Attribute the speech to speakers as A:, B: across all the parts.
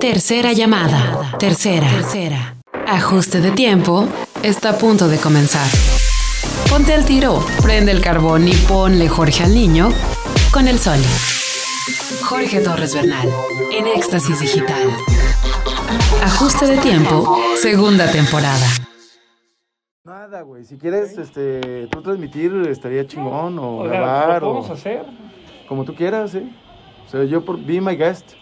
A: Tercera llamada. Tercera. Tercera. Ajuste de tiempo. Está a punto de comenzar. Ponte al tiro, prende el carbón y ponle Jorge al niño con el sol. Jorge Torres Bernal, en Éxtasis Digital. Ajuste de tiempo, segunda temporada.
B: Nada, güey. Si quieres este, tú transmitir, estaría chingón o,
C: O sea,
B: grabar
C: lo podemos
B: o
C: hacer.
B: como tú quieras, ¿eh? O sea, yo por Be My Guest.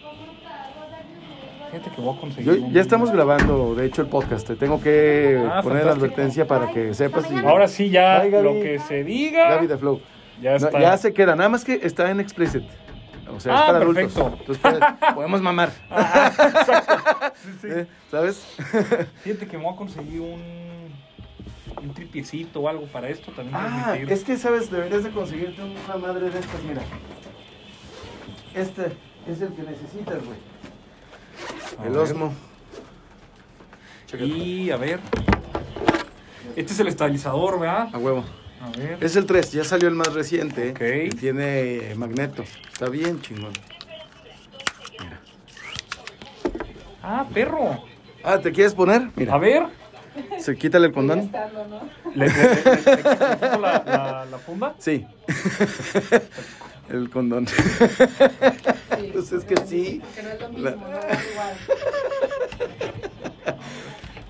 C: Fíjate que voy a conseguir.
B: Yo-
C: un-
B: ya estamos grabando, de hecho, el podcast. Te tengo que
C: Ah,
B: poner
C: fantástico.
B: advertencia para que sepas. y-
C: Ahora sí, ya
B: Ay, Gaby.
C: lo que se diga.
B: Gaby de Flow.
C: Ya
B: No,
C: está.
B: ya se queda, nada más que está en explicit. O sea,
C: Ah,
B: es para adultos.
C: perfecto. Ah,
B: Entonces puedes- podemos mamar.
C: Sí, sí.
B: ¿eh? ¿Sabes?
C: Fíjate que me voy a conseguir un, un tripiecito o algo para esto también.
B: Ah,
C: transmitir.
B: es que, ¿sabes? Deberías de conseguirte una madre de estas, mira. Este es el que necesitas, güey.
C: A
B: El
C: ver.
B: Osmo.
C: Y a ver. Este es el estabilizador, ¿verdad?
B: A huevo.
C: A ver.
B: Es el 3, ya salió el más reciente.
C: Ok.
B: Y tiene eh, magneto. Está bien chingón.
C: Ah, perro.
B: Ah, ¿te quieres poner?
C: A
B: Mira.
C: ver.
B: Se quítale el condón.
C: Le, le- le- le- le quito la, la- la funda.
B: Sí. el condón. pues es que sí. La-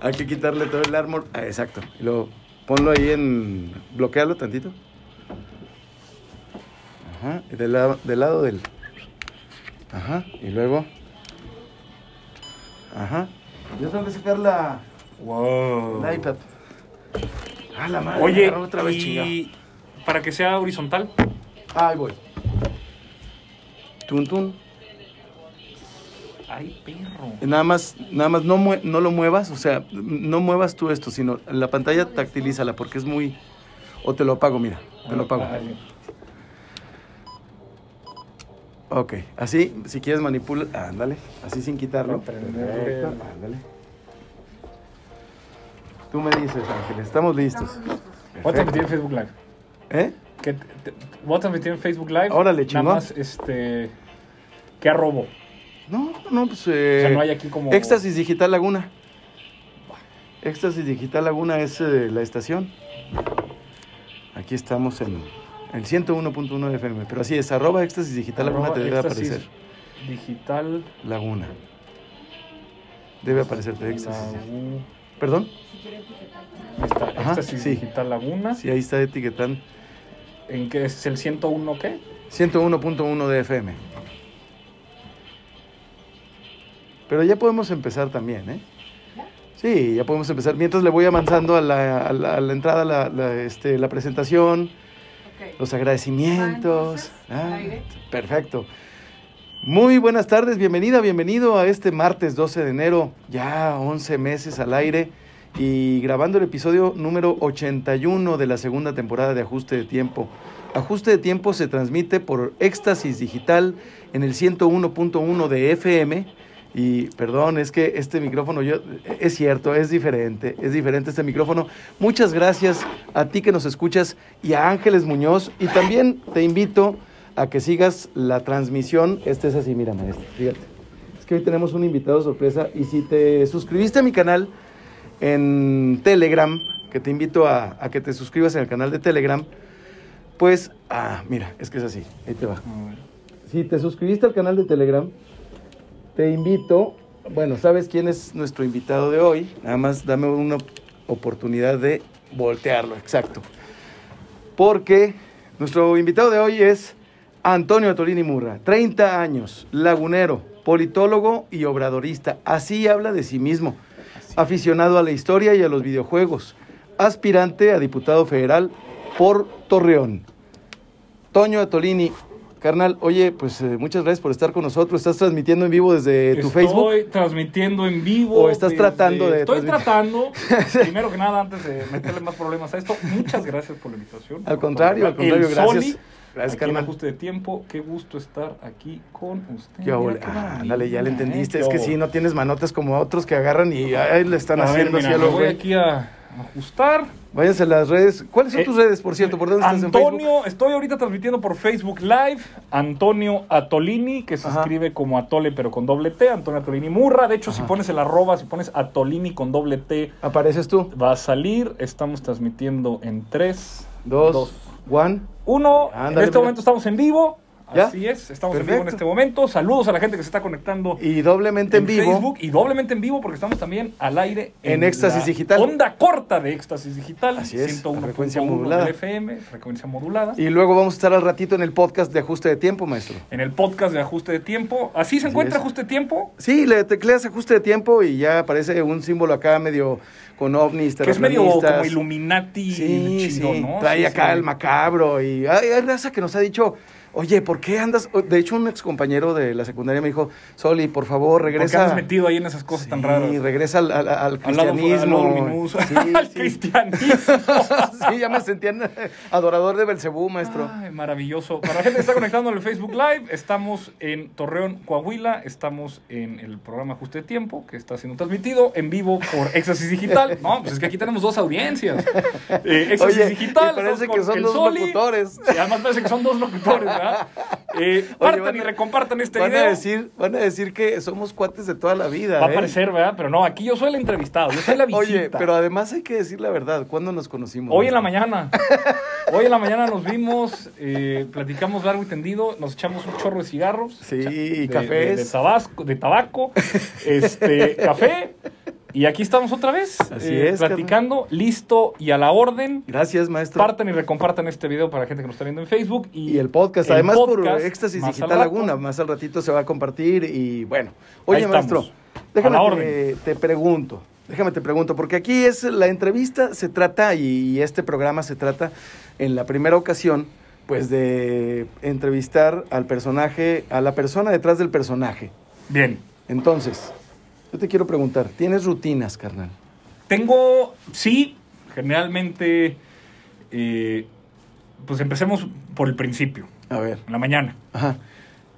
B: Hay que quitarle todo el armor. Ah, exacto. Y luego ponlo ahí en. Bloquealo tantito. Ajá. Y del, la- del lado del. Ajá. Y luego. Ajá. Yo tengo que sacar la,
C: Wow.
B: la iPad. Ah, la madre.
C: Oh. Oye,
B: otra vez chingado.
C: y para que sea horizontal.
B: Ahí voy. Tun, tun.
C: Ay, perro.
B: Nada más, nada más no, mue- no lo muevas, o sea, no muevas tú esto, sino la pantalla tactilízala porque es muy... O te lo apago, mira, te lo apago.
C: Ay.
B: Ok, así, si quieres manipula, ándale, así sin quitarlo. Perfecto, ándale. Tú me dices, Ángel, estamos listos.
C: Voy a transmitir en Facebook Live.
B: ¿Eh?
C: Que te- te- voy a transmitir en Facebook Live.
B: Órale, chingón.
C: Nada más, este. ¿Qué arrobo?
B: No, no, pues...
C: O sea,
B: eh,
C: no hay aquí como.
B: Éxtasis Digital Laguna. Éxtasis Digital Laguna es eh, la estación. Aquí estamos en el 101.1 de FM. Pero así es, arroba Éxtasis Digital Laguna
C: arroba
B: te debe
C: éxtasis
B: aparecer.
C: Digital.
B: Laguna. Debe aparecerte Éxtasis.
C: Lagu-
B: ¿Perdón?
C: Ahí está,
B: Ajá,
C: éxtasis
B: sí.
C: Digital Laguna.
B: Sí, ahí está etiquetando.
C: ¿En qué es el 101 qué?
B: 101.1 de FM. Pero ya podemos empezar también, ¿eh? Sí, ya podemos empezar. Mientras le voy avanzando a la, a la- a la entrada, la, la, este, la presentación, los agradecimientos. Ah, perfecto. Muy buenas tardes, bienvenida, bienvenido a este martes 12 de enero, ya 11 meses al aire y grabando el episodio número 81 de la segunda temporada de Ajuste de Tiempo. Ajuste de Tiempo se transmite por Éxtasis Digital en el 101.1 de FM. Y perdón, es que este micrófono, yo, es cierto, es diferente, es diferente este micrófono. Muchas gracias a ti que nos escuchas y a Ángeles Muñoz. Y también te invito a que sigas la transmisión. Este es así, mira, maestro, fíjate. Es que hoy tenemos un invitado sorpresa y si te suscribiste a mi canal, en Telegram, que te invito a, a que te suscribas en el canal de Telegram, pues, ah, mira, es que es así, ahí te va. Si te suscribiste al canal de Telegram, te invito, bueno, sabes quién es nuestro invitado de hoy, nada más dame una oportunidad de voltearlo, exacto. Porque nuestro invitado de hoy es Antonio Torini Murra, 30 años, lagunero, politólogo y obradorista, así habla de sí mismo aficionado a la historia y a los videojuegos, aspirante a diputado federal por Torreón. Toño Atolini, carnal, oye, pues eh, muchas gracias por estar con nosotros. ¿Estás transmitiendo en vivo desde tu Facebook?
C: Estoy transmitiendo en vivo.
B: O estás tratando de
C: Estoy
B: transmitir.
C: tratando. primero que nada, antes de meterle más problemas a esto, muchas gracias por la invitación.
B: Al contrario, al contrario,
C: El
B: gracias.
C: Soli,
B: gracias,
C: aquí en
B: carnal.
C: ajuste de tiempo. Qué gusto estar aquí con usted.
B: Qué
C: Mira
B: ole.
C: qué
B: Ah,
C: maravilla,
B: dale, ya le
C: ¿eh?
B: entendiste.
C: Qué
B: Es que
C: ole.
B: sí, no tienes manotas como otros que agarran y ahí le están
C: A ver,
B: haciendo
C: mira,
B: así a
C: me
B: los
C: voy
B: güey.
C: aquí a, ajustar.
B: Váyanse a las redes. ¿Cuáles son
C: Eh,
B: tus redes, por cierto? ¿Por dónde estás en Facebook?
C: Antonio, estoy ahorita transmitiendo por Facebook Live. Antonio Atolini, que se
B: Ajá.
C: escribe como Atole pero con doble T. Antonio Atolini Murra. De hecho, si
B: Ajá.
C: pones el arroba, si pones Atolini con doble T,
B: Apareces tú.
C: va a salir. Estamos transmitiendo en 3,
B: Dos. One.
C: 1. En
B: Ándale,
C: este
B: mira.
C: momento estamos en vivo.
B: ¿Ya?
C: Así es, estamos en vivo en
B: Perfecto.
C: este momento. Saludos a la gente que se está conectando
B: Y doblemente en, vivo.
C: Facebook y doblemente en vivo porque estamos también al aire
B: En Éxtasis
C: la
B: Digital.
C: Onda corta de Éxtasis Digital.
B: Así es, la
C: 101.1
B: frecuencia
C: del
B: modulada.
C: FM, frecuencia modulada.
B: Y luego vamos a estar al ratito en el podcast de ajuste de tiempo, maestro.
C: En el podcast de ajuste de tiempo. Así se
B: Así
C: encuentra
B: es.
C: ajuste de tiempo.
B: Sí, le tecleas ajuste de tiempo y ya aparece un símbolo acá medio con ovnis,
C: Que es medio como
B: terraplanistas.
C: Illuminati
B: Este, Sí,
C: chido,
B: sí,
C: ¿no?
B: trae
C: Sí,
B: acá
C: sí.
B: el macabro y hay, hay raza que nos ha dicho, oye, ¿por qué andas? O- De hecho, un ex compañero de la secundaria me dijo, Soli, por favor,
C: ¿Por qué
B: regresa.
C: andas metido ahí en esas cosas tan
B: Sí,
C: raras?
B: regresa al, al- al
C: Al lado- al
B: cristianismo.
C: lado luminoso.
B: Sí,
C: al
B: sí.
C: cristianismo.
B: Sí, ya me sentían adorador de Belcebú, maestro.
C: Ay, maravilloso. Para la gente que está conectando en el Facebook Live, estamos en Torreón, Coahuila, estamos en el programa Ajuste de Tiempo, que está siendo transmitido en vivo por Éxtasis Digital. No, pues es que aquí tenemos dos audiencias. Eh, Éxtasis
B: Oye,
C: Digital.
B: y parece
C: estamos
B: que
C: con
B: son
C: el
B: dos
C: Soli.
B: locutores.
C: Sí, además parece que son dos locutores, ¿verdad? Eh, partan
B: van a-
C: y recompartan este
B: van
C: video.
B: A decir, van a decir que somos cuates de toda la vida.
C: Va a
B: ¿eh?
C: parecer, ¿verdad? Pero no, aquí yo soy el entrevistado, yo soy la visita.
B: Oye, pero además hay que decir la verdad, ¿cuándo nos conocimos?
C: Hoy en la
B: maestro?
C: mañana. Hoy en la mañana nos vimos, eh, platicamos largo y tendido, nos echamos un chorro de cigarros.
B: Sí,
C: cha-
B: y
C: de-
B: cafés.
C: De, de tabasco, de tabaco, este, café. Y aquí estamos otra vez. eh,
B: Así es,
C: Platicando, listo y a la orden.
B: Gracias, maestro.
C: Parten y recompartan este video para la gente que nos está viendo en Facebook. Y,
B: Y el podcast,
C: el
B: además por
C: podcast,
B: Éxtasis
C: más al
B: Digital
C: rato.
B: Laguna, más al ratito se va a compartir y bueno. Oye,
C: Ahí
B: maestro,
C: estamos.
B: déjame
C: A la
B: te, te pregunto, déjame te pregunto, porque aquí es la entrevista, se trata y, y este programa se trata en la primera ocasión, pues de entrevistar al personaje, a la persona detrás del personaje.
C: Bien.
B: Entonces, yo te quiero preguntar, ¿tienes rutinas, carnal?
C: Tengo, sí, generalmente, eh, pues empecemos por el principio,
B: A ver,
C: en la mañana.
B: ajá,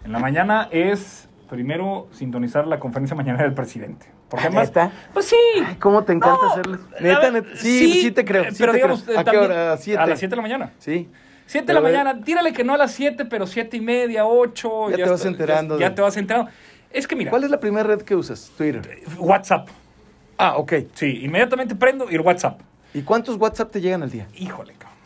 C: En la mañana es primero sintonizar la conferencia mañana del presidente. Porque
B: ¿Ah,
C: además.
B: neta?
C: Pues sí.
B: Ay, ¿Cómo te encanta
C: No,
B: hacerlo?
C: a
B: Neta,
C: ver,
B: neta, sí, pues sí te creo,
C: eh,
B: sí
C: pero
B: te creo.
C: digamos, eh,
B: ¿A qué
C: también
B: hora? ¿A siete?
C: A las 7 de la mañana.
B: sí.
C: 7 de la
B: Pero, eh,
C: mañana, tírale que no a las 7, pero 7 y media, 8.
B: Ya te vas enterando
C: Ya,
B: de-
C: te vas enterando. Es que mira,
B: ¿Cuál es la primera red que usas? Twitter.
C: WhatsApp.
B: Ah, ok.
C: Sí, inmediatamente prendo y el WhatsApp.
B: ¿Y cuántos WhatsApp te llegan al día?
C: Híjole, cabrón.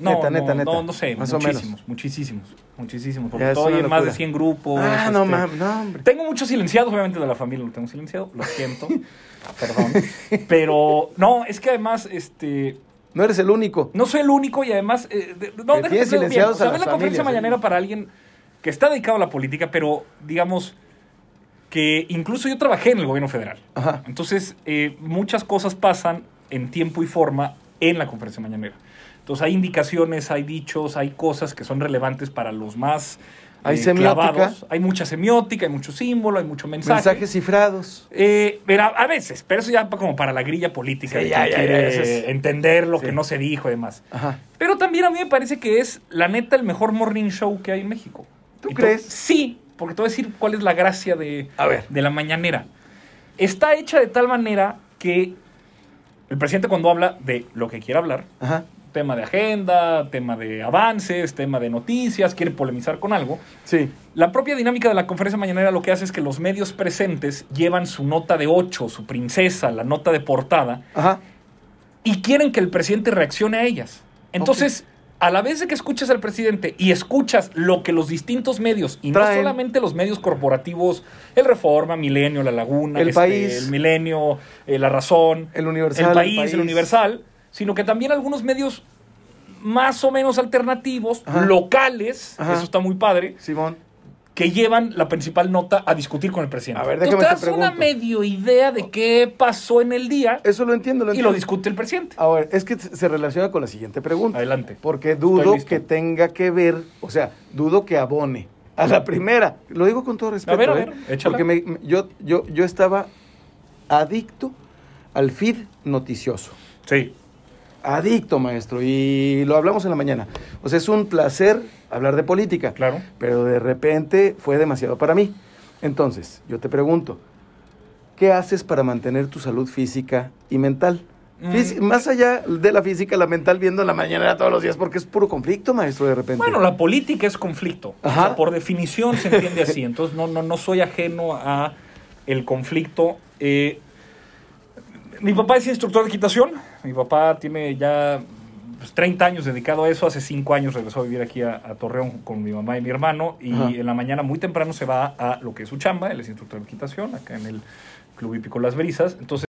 C: No,
B: Neta,
C: no,
B: neta, neta.
C: no, no sé,
B: Más o
C: muchísimos, muchísimos, muchísimos, porque
B: Ya es
C: estoy
B: una
C: en más de
B: locura.
C: 100 grupos.
B: ah, no
C: este,
B: mames, no, hombre.
C: Tengo muchos silenciados, obviamente, de la familia, lo tengo silenciado, lo siento, perdón. Pero, no, es que además, este,
B: No eres el único.
C: no soy el único y además, eh, de-
B: Que
C: no, déjame
B: tienes
C: decirlo bien,
B: silenciados
C: o sea,
B: a
C: ve
B: las
C: la conferencia
B: familias, ¿eh?
C: mañanera para alguien que está dedicado a la política, pero, digamos, que incluso yo trabajé en el gobierno federal.
B: Ajá.
C: Entonces, eh, muchas cosas pasan en tiempo y forma en la conferencia mañanera. Entonces, hay indicaciones, hay dichos, hay cosas que son relevantes para los más eh,
B: Hay semiótica.
C: Hay mucha semiótica, hay mucho símbolo, hay mucho mensaje.
B: Mensajes cifrados.
C: Eh, mira, a veces, pero eso ya pa- como para la grilla política,
B: Sí,
C: de
B: ya,
C: quien
B: ya, ya,
C: quiere
B: eso es-
C: entender lo
B: Sí.
C: que no se dijo y demás.
B: Ajá.
C: Pero también a mí me parece que es, la neta, el mejor morning show que hay en México.
B: ¿Tú
C: Y
B: crees?
C: Sí, porque te voy a decir cuál es la gracia de,
B: A ver.
C: de la mañanera. Está hecha de tal manera que el presidente cuando habla de lo que quiere hablar,
B: Ajá.
C: tema de agenda, tema de avances, tema de noticias, quiere polemizar con algo,
B: Sí.
C: la propia dinámica de la conferencia mañanera lo que hace es que los medios presentes llevan su nota de 8, su princesa, la nota de portada,
B: Ajá.
C: y quieren que el presidente reaccione a ellas. Entonces, a la vez de que escuchas al presidente y escuchas lo que los distintos medios, y
B: Traen.
C: no solamente los medios corporativos, el Reforma, Milenio, La Laguna, este,
B: El País.
C: el Milenio, eh, La Razón,
B: El Universal,
C: el
B: El
C: país, el,
B: País.
C: Universal, sino que también algunos medios más o menos alternativos,
B: Ajá.
C: locales,
B: Ajá.
C: eso está muy padre,
B: Simón.
C: que llevan la principal nota a discutir con el presidente.
B: A ver,
C: Entonces,
B: déjame te
C: te das una
B: pregunto.
C: medio idea de qué pasó en el día
B: Eso lo entiendo, lo
C: y lo
B: entiendo.
C: discute el presidente.
B: Ahora, es que se relaciona con la siguiente pregunta.
C: Adelante.
B: Porque
C: Estoy
B: dudo
C: listo.
B: que tenga que ver, o sea, dudo que abone a la primera. Lo digo con todo respeto.
C: A ver, a ver,
B: ¿eh?
C: échala.
B: Porque me- me- yo, yo, yo estaba adicto al feed noticioso.
C: Sí.
B: Adicto, maestro, y lo hablamos en la mañana. O sea, es un placer hablar de política.
C: Claro.
B: Pero de repente fue demasiado para mí. Entonces, yo te pregunto, ¿qué haces para mantener tu salud física y mental?
C: Mm.
B: Fis- Más allá de la física, la mental viendo la mañanera todos los días, porque es puro conflicto, maestro, de repente.
C: Bueno, la política es conflicto. O sea,
B: Ajá.
C: por definición se entiende así. Entonces no, no, no soy ajeno a el conflicto. Eh, mi papá es instructor de equitación. Mi papá tiene ya pues, 30 años dedicado a eso. Hace 5 años regresó a vivir aquí a, a Torreón con mi mamá y mi hermano. Y
B: Ajá.
C: en la mañana muy temprano se va a lo que es su chamba. Él es instructor de equitación acá en el Club Hípico Las Brisas. Entonces,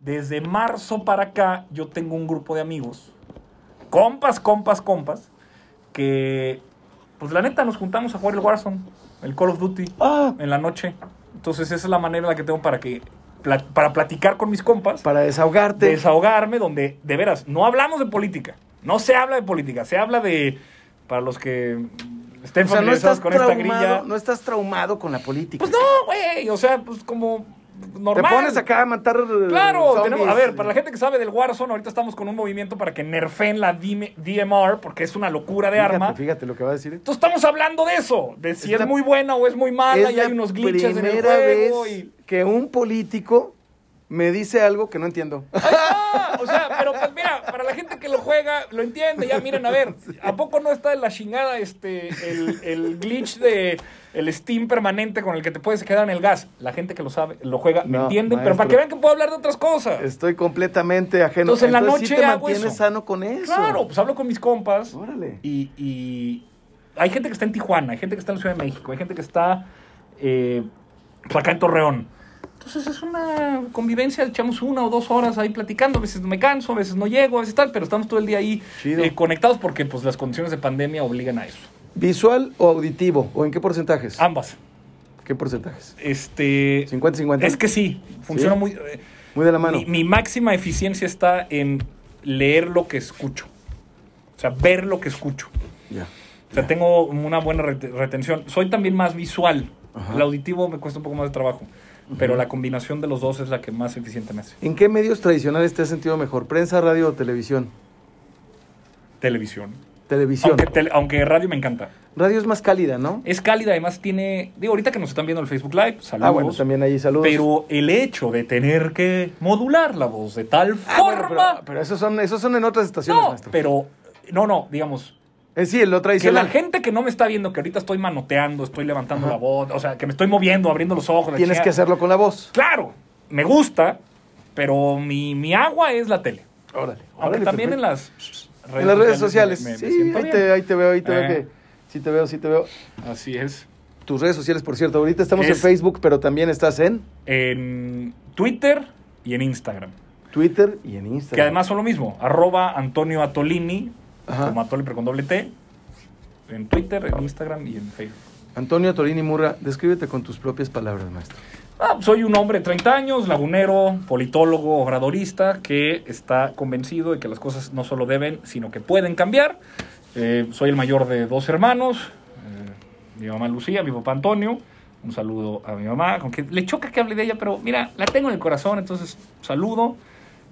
C: desde marzo para acá yo tengo un grupo de amigos. Compas, compas, compas. Que, pues la neta, nos juntamos a jugar el Warzone, el Call of Duty
B: Ah,
C: en la noche. Entonces esa es la manera en la que tengo para que pla- para platicar con mis compas,
B: para desahogarte.
C: desahogarme, donde de veras no hablamos de política, no se habla de política, se habla de para los que
B: o sea,
C: estén
B: no
C: familiarizados
B: estás,
C: con esta grilla.
B: traumado, no estás traumado con la política.
C: Pues no, güey, o sea, pues como
B: Te
C: normal.
B: pones acá a matar. eh,
C: Claro,
B: zombies.
C: tenemos, a ver, para la gente que sabe del Warzone, ahorita estamos con un movimiento para que nerfen la DM DMR, porque es una locura de
B: Fíjate,
C: arma.
B: Fíjate lo que va a decir. ¿eh?
C: Entonces estamos hablando de eso, de si
B: Es
C: es,
B: la-
C: muy buena o es muy mala,
B: es
C: y
B: la
C: hay unos glitches en el
B: primera
C: juego.
B: vez
C: y-
B: que un político me dice algo que no entiendo.
C: Ah, o sea, pero pues mira, para la gente que lo juega, lo entiende, ya miren, a ver, ¿a poco no está en la chingada este el, el glitch de el Steam permanente con el que te puedes quedar en el gas? La gente que lo sabe, lo juega, me
B: No,
C: entienden, pero
B: maestro.
C: para que vean que puedo hablar de otras cosas.
B: Estoy completamente ajeno.
C: Entonces, en la
B: sí
C: noche
B: te
C: hago
B: mantienes
C: eso.
B: sano con eso.
C: Claro, pues hablo con mis compas.
B: Órale.
C: Y, y hay gente que está en Tijuana, hay gente que está en la Ciudad de México, hay gente que está eh, pues, acá en Torreón. Entonces es una convivencia, echamos una o dos horas ahí platicando, a veces me canso, a veces no llego, a veces tal, pero estamos todo el día ahí
B: Chido.
C: eh, conectados porque pues las condiciones de pandemia obligan a eso.
B: ¿Visual o auditivo? ¿O en qué porcentajes?
C: Ambas.
B: ¿Qué porcentajes?
C: Este
B: 50-50.
C: es que sí, funciona muy eh,
B: Muy de la mano.
C: Mi, mi máxima eficiencia está en leer lo que escucho. O sea, ver lo que escucho.
B: Ya.
C: O sea, tengo una buena rete- retención. Soy también más visual.
B: Ajá.
C: El auditivo me cuesta un poco más de trabajo. Pero la combinación de los dos es la que más eficiente me hace.
B: ¿En qué medios tradicionales te has sentido mejor? ¿Prensa, radio o televisión?
C: Televisión.
B: Televisión.
C: Aunque, Eh, tele- aunque radio me encanta.
B: Radio es más cálida, ¿no?
C: Es cálida, además tiene... Digo, ahorita que nos están viendo el Facebook Live, saludos.
B: Ah, bueno, también ahí saludos.
C: Pero el hecho de tener que modular la voz de tal
B: Ah, bueno,
C: forma...
B: pero, pero esos son, esos son en otras estaciones,
C: no,
B: maestro.
C: pero... No, no, digamos,
B: Eh, sí, lo
C: que
B: tradicional.
C: la gente que no me está viendo, que ahorita estoy manoteando, estoy levantando la voz, o sea, que me estoy moviendo, abriendo los ojos. la
B: Tienes
C: chingada.
B: que hacerlo con la voz.
C: Claro, me gusta, pero mi, mi agua es la tele.
B: Órale.
C: Aunque
B: órale,
C: también
B: perfecto.
C: en las
B: En las redes sociales.
C: me- me- me
B: sí,
C: siento
B: ahí
C: bien.
B: te, ahí te veo, ahí te veo
C: Eh.
B: que. Sí te veo, sí te veo.
C: Así es.
B: Tus redes sociales, por cierto, ahorita estamos en
C: Es-
B: Facebook, pero también estás en
C: En Twitter y en Instagram.
B: Twitter y en Instagram.
C: Que además son lo mismo. Arroba Antonio Atolini,
B: Ajá.
C: como Atoli pero con doble T. En Twitter, en Instagram y en Facebook.
B: Antonio Torini Murra, descríbete con tus propias palabras, maestro.
C: Ah, soy un hombre de 30 años, lagunero, politólogo, obradorista, que está convencido de que las cosas no solo deben, sino que pueden cambiar. Eh, soy el mayor de dos hermanos, eh, mi mamá Lucía, mi papá Antonio. Un saludo a mi mamá, con que le choca que hable de ella, pero mira, la tengo en el corazón, entonces saludo.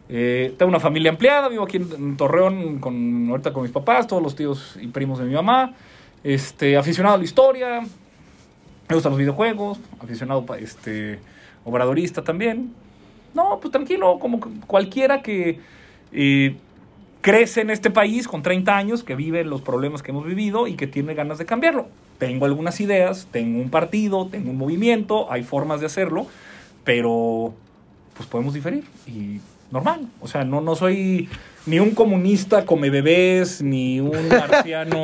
C: Eh, tengo una familia ampliada, vivo aquí en, en Torreón con, ahorita con mis papás, todos los tíos y primos de mi mamá. Este, aficionado a la historia, me gustan los videojuegos, aficionado pa- este obradorista también. No, pues tranquilo, como cu- cualquiera que eh, crece en este país con 30 años, que vive los problemas que hemos vivido y que tiene ganas de cambiarlo. Tengo algunas ideas, tengo un partido, tengo un movimiento, hay formas de hacerlo, pero pues podemos diferir y normal. O sea, no, no soy ni un comunista come bebés, ni un marciano,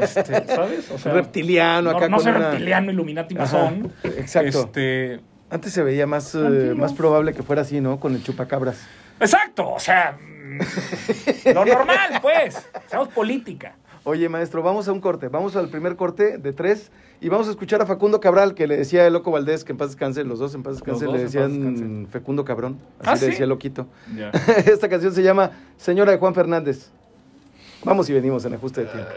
C: este, ¿sabes? O sea,
B: reptiliano,
C: no,
B: acá
C: no
B: con
C: soy
B: una-
C: reptiliano, Illuminati,
B: Ajá,
C: masón.
B: exacto.
C: Este,
B: Antes se veía más, eh,
C: Tranquilo.
B: más probable que fuera así, ¿no? Con el chupacabras.
C: exacto, o sea, mm, lo normal, pues. Hacemos política.
B: Oye, maestro, vamos a un corte. Vamos al primer corte de tres y vamos a escuchar a Facundo Cabral, que le decía el loco Valdés que en paz descanse, los dos en paz descanse,
C: dos
B: le
C: en paz
B: decían
C: descanse.
B: Fecundo Cabrón. Así
C: Ah,
B: le
C: ¿sí?
B: decía loquito. Esta canción se llama Señora de Juan Fernández. Vamos y venimos en ajuste de tiempo.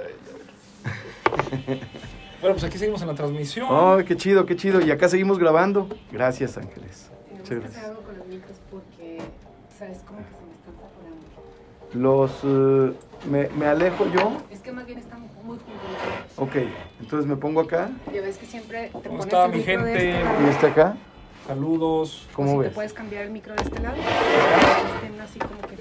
C: Bueno, pues aquí seguimos en la transmisión.
B: Ay, qué chido, qué chido. Y acá seguimos grabando. Gracias, Ángeles.
D: Tenemos
B: Muchas
D: que hacer
B: gracias.
D: algo con los micros porque, ¿sabes? Como que se me están saturando.
B: Los. eh, me, me alejo yo.
D: Es que más bien están muy juntos.
B: Ok, entonces me pongo acá
D: Ya ves que siempre te
C: ¿Cómo
D: pones
C: está
D: el
C: mi
D: micro
C: gente?
D: de este
B: y
D: lado
B: este acá.
C: Saludos.
B: ¿Cómo
D: o si
B: ves?
D: te puedes cambiar el micro de este lado. que Estén así como que...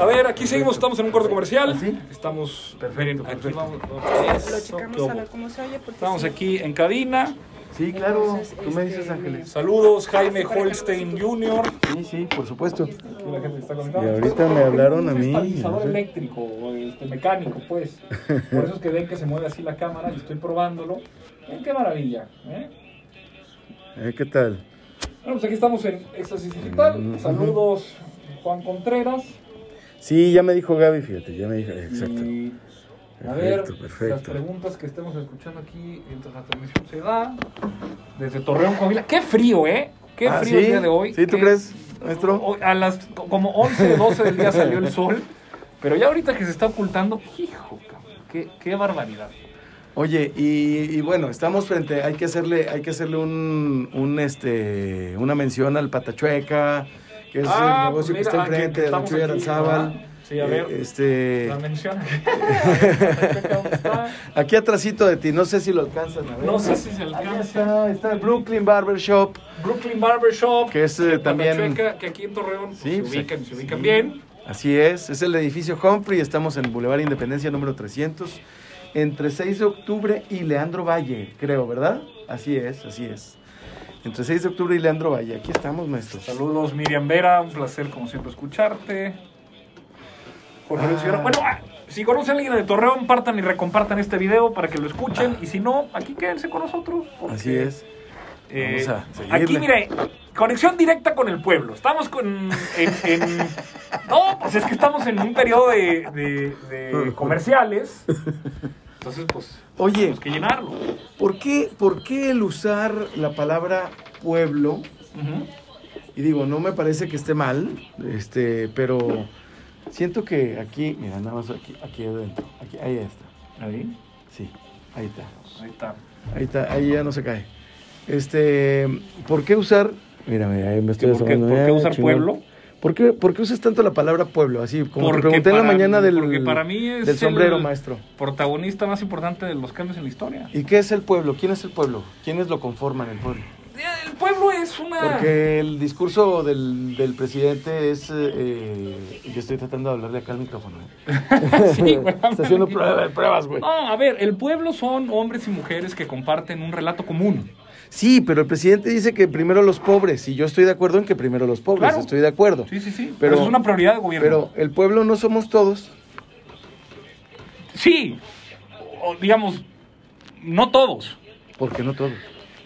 C: A ver, aquí seguimos, estamos en un corte comercial.
B: ¿Así?
C: Estamos. Perfecto,
B: ¿Ah, perfecto.
D: Lo checamos a ver cómo se oye. Porque
C: Estamos
D: sí.
C: aquí en cabina.
B: Sí, claro.
D: Entonces,
B: Tú me
D: este,
B: dices, Ángeles.
C: Saludos, Jaime Holstein Jr.
B: Sí, sí, por supuesto.
D: este,
C: Aquí la gente está conectada.
B: Y ahorita me hablaron a
C: Un
B: mí.
C: estabilizador
B: no sé.
C: eléctrico, o, este, mecánico, pues. Por eso es que ven que se mueve así la cámara y estoy probándolo. Miren qué maravilla. ¿eh?
B: Eh, ¿Qué tal?
C: Bueno, pues aquí estamos en Éxtasis Digital. Saludos, Juan Contreras.
B: Sí, ya me dijo Gaby, fíjate, ya me dijo. Exacto.
C: Y, a ver,
B: Perfecto,
C: las
B: perfecto.
C: preguntas que estemos escuchando aquí mientras la transmisión se da. Desde Torreón, Coahuila. Qué frío, ¿eh? Qué
B: Ah,
C: frío
B: ¿sí?
C: el día de hoy.
B: ¿Sí, tú
C: Qué-
B: crees, maestro?
C: Hoy A las como 11, 12 del día salió el sol. Pero ya ahorita que se está ocultando, hijo, cabrón, qué, qué barbaridad.
B: Oye, y, y bueno, estamos frente, hay que hacerle, hay que hacerle un, un este, una mención al Patachueca, que es el negocio
C: pues mira,
B: que está
C: ah, que-
B: enfrente
C: que
B: de la
C: estamos
B: Chuya
C: aquí,
B: Aranzábal.
C: ¿verdad? Sí, a ver,
B: Eh, este,
C: la mención. ¿Dónde está?
B: aquí atrasito de ti, no sé si lo alcanzan a ver.
C: No sé si se
B: Ahí
C: alcanza.
B: está, está el Brooklyn Barbershop,
C: Brooklyn Barbershop.
B: que es eh, también...
C: Patachueca, que aquí en Torreón pues,
B: Sí,
C: se
B: pues,
C: ubican, se
B: sí.
C: ubican bien.
B: Así es, es el edificio Humphrey, estamos en Boulevard Independencia número 300, entre 6 de octubre y Leandro Valle, creo, ¿verdad? Así es, así es. Entre 6 de octubre y Leandro Valle, aquí estamos, maestro.
C: Saludos Miriam Vera, un placer como siempre escucharte. Jorge Luis
B: Ah.
C: Figueroa. Bueno, ah, si conocen a alguien de Torreón, partan y recompartan este video para que lo escuchen. Y si no, aquí quédense con nosotros. porque,
B: Así es.
C: eh,
B: Vamos a seguirle.
C: aquí, mire, conexión directa con el pueblo. Estamos con. En, en- no, pues es que estamos en un periodo de, de- de comerciales. Entonces, pues,
B: Oye,
C: tenemos que llenarlo.
B: ¿por qué, ¿por qué el usar la palabra pueblo?
C: Ujú.
B: Y digo, no me parece que esté mal, este, pero siento que aquí, mira, nada más aquí, aquí adentro, aquí, ahí está,
C: Ahí,
B: sí, ahí está.
C: ahí está.
B: Ahí está, ahí ya no se cae. Este, ¿por qué usar? Mira, mira, ahí me estoy
C: ¿Por qué,
B: asomando.
C: por qué
B: Ah,
C: usar
B: chingón.
C: pueblo?
B: ¿Por qué, por qué usas tanto la palabra pueblo? Así, como te
C: Porque
B: pregunté en la
C: para-
B: mañana del,
C: porque para mí es
B: del
C: el-
B: sombrero, maestro.
C: protagonista más importante de los cambios en la historia.
B: ¿Y qué es el pueblo? ¿Quién es el pueblo? ¿Quiénes lo conforman el pueblo?
C: El pueblo es una...
B: Porque el discurso del, del presidente es... eh, eh, yo estoy tratando de hablarle acá al micrófono. ¿eh?
C: Sí, güey,
B: Está haciendo
C: aquí.
B: pruebas, pruebas, güey.
C: No, a ver, el pueblo son hombres y mujeres que comparten un relato común.
B: Sí, pero el presidente dice que primero los pobres. Y yo estoy de acuerdo en que primero los pobres.
C: Claro.
B: Estoy de acuerdo.
C: Sí, sí, sí.
B: Pero-
C: Pero es una prioridad del gobierno.
B: Pero el pueblo no somos todos.
C: Sí, o, digamos, no todos.
B: Porque no todos.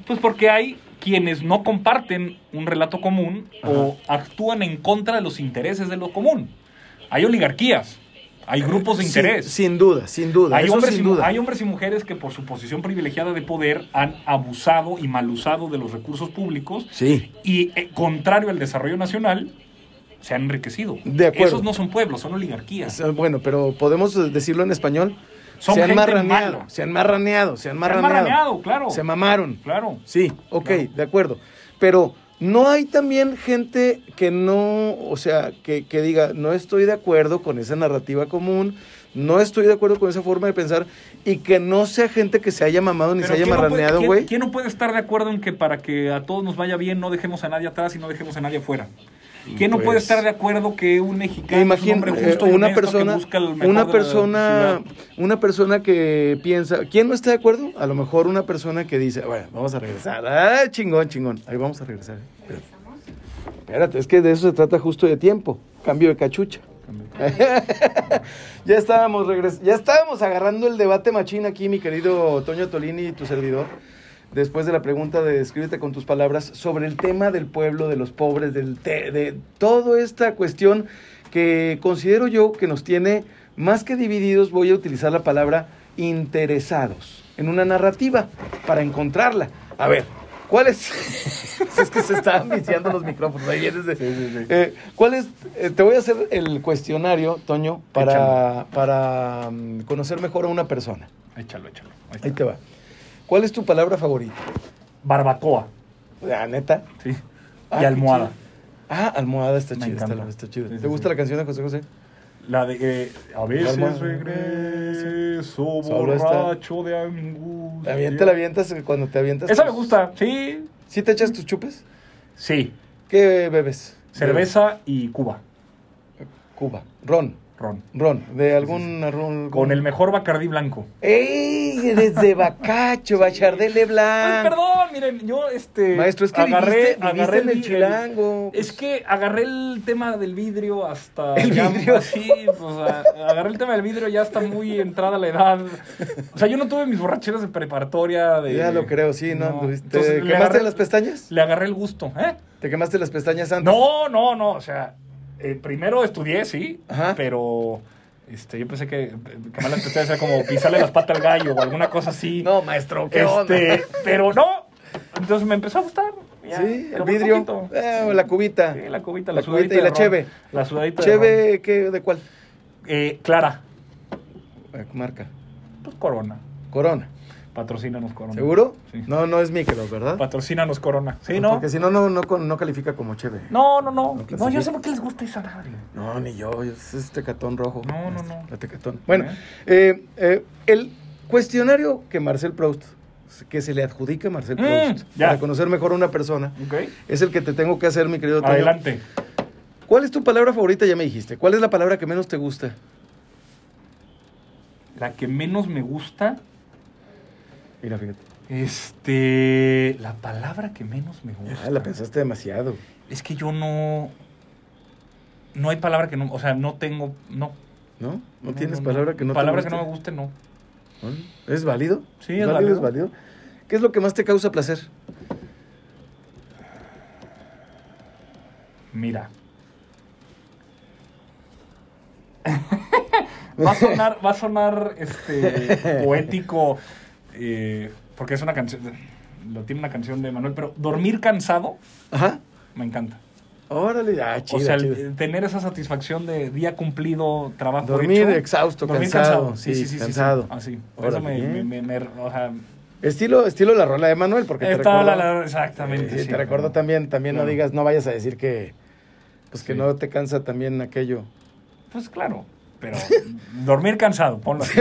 C: Pues porque hay quienes no comparten un relato común o actúan en contra de los intereses de lo común. Hay oligarquías, hay grupos de interés.
B: Sin, sin duda, sin duda.
C: Hay
B: eso
C: hombres,
B: sin
C: y, mu-
B: duda.
C: hay hombres y mujeres que por su posición privilegiada de poder han abusado y mal usado de los recursos públicos
B: Sí.
C: y, eh, contrario al desarrollo nacional, se han enriquecido.
B: De acuerdo.
C: Esos no son pueblos, son oligarquías.
B: Es- eh, Bueno, pero podemos decirlo en español.
C: Son
B: se han
C: gente
B: marraneado,
C: mala.
B: se han marraneado, se han
C: han
B: marraneado.
C: marraneado, claro.
B: Se mamaron.
C: Claro.
B: Sí, ok,
C: Claro.
B: de acuerdo. Pero no hay también gente que no, o sea, que, que diga, no estoy de acuerdo con esa narrativa común, no estoy de acuerdo con esa forma de pensar, y que no sea gente que se haya mamado ni
C: Pero
B: se haya
C: ¿quién no puede-
B: marraneado,
C: quién-
B: güey.
C: ¿Quién no puede estar de acuerdo en que para que a todos nos vaya bien no dejemos a nadie atrás y no dejemos a nadie afuera? ¿Quién no
B: Pues-
C: puede estar de acuerdo que un mexicano
B: Imagina
C: es un hombre justo y
B: eh, una
C: honesto que
B: persona,
C: busca el mejor
B: una
C: de la
B: persona,
C: ciudad?
B: una persona que piensa, ¿quién no está de acuerdo? A lo mejor una persona que dice, bueno, vamos a regresar, ah, chingón, chingón, ahí vamos a regresar. ¿eh? Espérate. Espérate, es que de eso se trata justo de tiempo, cambio de cachucha. ya estábamos regres- ya estábamos agarrando el debate machín aquí, mi querido Toño Tolini y tu servidor. Después de la pregunta de descríbete con tus palabras sobre el tema del pueblo, de los pobres, del te- de toda esta cuestión que considero yo que nos tiene más que divididos, voy a utilizar la palabra interesados en una narrativa para encontrarla. A ver, ¿cuál es? es que se están viciando los micrófonos. Ahí vienes de- Eh, ¿Cuál es? eh, te voy a hacer el cuestionario, Toño, para, para mm, conocer mejor a una persona.
C: Échalo, échalo. Ahí está.
B: Ahí te va. ¿Cuál es tu palabra favorita?
C: Barbacoa.
B: La neta.
C: Sí.
B: Ah,
C: y
B: qué
C: almohada.
B: Ah, almohada está
C: Me
B: chida. Está,
C: encanta.
B: está chida.
C: Sí,
B: ¿Te
C: sí,
B: gusta
C: sí.
B: la canción de José José?
C: La de eh, a veces
B: Almohada.
C: regreso
B: Solo está-
C: borracho de angustia.
B: También te la avientas cuando te avientas.
C: Esa me
B: tus-
C: gusta, sí.
B: ¿Sí te echas tus chupes?
C: Sí,
B: ¿Qué bebes?
C: cerveza y Cuba,
B: Bebes. Cuba. Ron.
C: ron.
B: Ron. De algún... algún-
C: Con el mejor Bacardí blanco.
B: ¡Ey! Eres de Bacacho, Bachardele
C: Ay,
B: Blanc.
C: perdón, miren, yo este
B: Ah. Maestro, es que viviste- viviste en el
C: vi-
B: chilango.
C: es que agarré el tema del vidrio hasta
B: ¿El
C: ya-
B: vidrio?
C: sí, pues, a- agarré el tema del vidrio ya está muy entrada la edad. O sea, yo no tuve mis borracheras de preparatoria de
B: Ya lo creo, sí, ¿no? Anduviste-
C: Entonces,
B: ¿Te
C: le
B: quemaste
C: agarré-
B: las pestañas?
C: Le agarré el gusto, ¿eh?
B: ¿Te quemaste las pestañas antes?
C: No, no, no, o sea, eh, primero estudié, sí,
B: Ajá.
C: pero este, yo pensé que eh, que más las pestañas era como pisarle las patas al gallo o alguna cosa así.
B: No, maestro, ¿qué
C: este,
B: onda?
C: pero no. Entonces me empezó a gustar. ya,
B: Sí, el
C: pero muy
B: vidrio.
C: poquito.
B: Eh, o la cubita.
C: Sí, la cubita,
B: La cubita
C: la, sudadita
B: y
C: de
B: la
C: ron.
B: cheve.
C: La sudadita de ron.
B: Cheve, ¿qué, ¿de cuál?
C: Eh, Clara,
B: Eh, Marca.
C: pues Corona.
B: Corona.
C: Patrocínanos Corona.
B: ¿Seguro?
C: Sí.
B: No, no es micro, ¿verdad?
C: Patrocínanos Corona. Sí, ¿no?
B: Porque si no, no, no, con- no califica como cheve.
C: No, no, no.
B: clasifica.
C: No, yo sé por qué les gusta esa madre.
B: No, ni yo, es este catón rojo. Este,
C: No, no, no.
B: La tecatón. Bueno,
C: Ajá.
B: eh, eh, el cuestionario que Marcel Proust, que se le adjudica a Marcel
C: Mm,
B: Proust,
C: ya.
B: para conocer mejor a una persona,
C: Ok.
B: es el que te tengo que hacer, mi querido Toño.
C: Adelante.
B: ¿Cuál es tu palabra favorita? Ya me dijiste. ¿Cuál es la palabra que menos te gusta?
C: La que menos me gusta.
B: Mira, fíjate.
C: Este. La palabra que menos me gusta.
B: Ah, la pensaste demasiado.
C: Es que yo no. No hay palabra que no. O sea, no tengo. No.
B: ¿No? ¿No, tienes palabra que no
C: palabra
B: te
C: que no me
B: guste?
C: guste, no.
B: ¿No? ¿Es válido?
C: Sí, es
B: ¿Es válido? ¿Qué es lo que más te causa placer?
C: Mira. va a sonar, va a sonar este, poético, eh, porque es una canción, lo tiene una canción de Manuel, pero dormir cansado
B: Ajá.
C: me encanta.
B: Órale, ah, chido.
C: o sea, el-
B: chido.
C: tener esa satisfacción de día cumplido, trabajo
B: Dormir
C: hecho.
B: exhausto, cansado, sí, cansado.
C: Así.
B: Órale,
C: Ah, Eso me,
B: ¿eh?
C: me- me- me- o sea,
B: Estilo, estilo la rola de Manuel, porque te
C: está
B: recuerda-
C: la, la- exactamente.
B: Sí,
C: sí.
B: te recuerdo también, también no
C: Claro.
B: digas, no vayas a decir que, pues que
C: Sí.
B: no te cansa también aquello.
C: Pues claro, pero dormir cansado, ponlo así.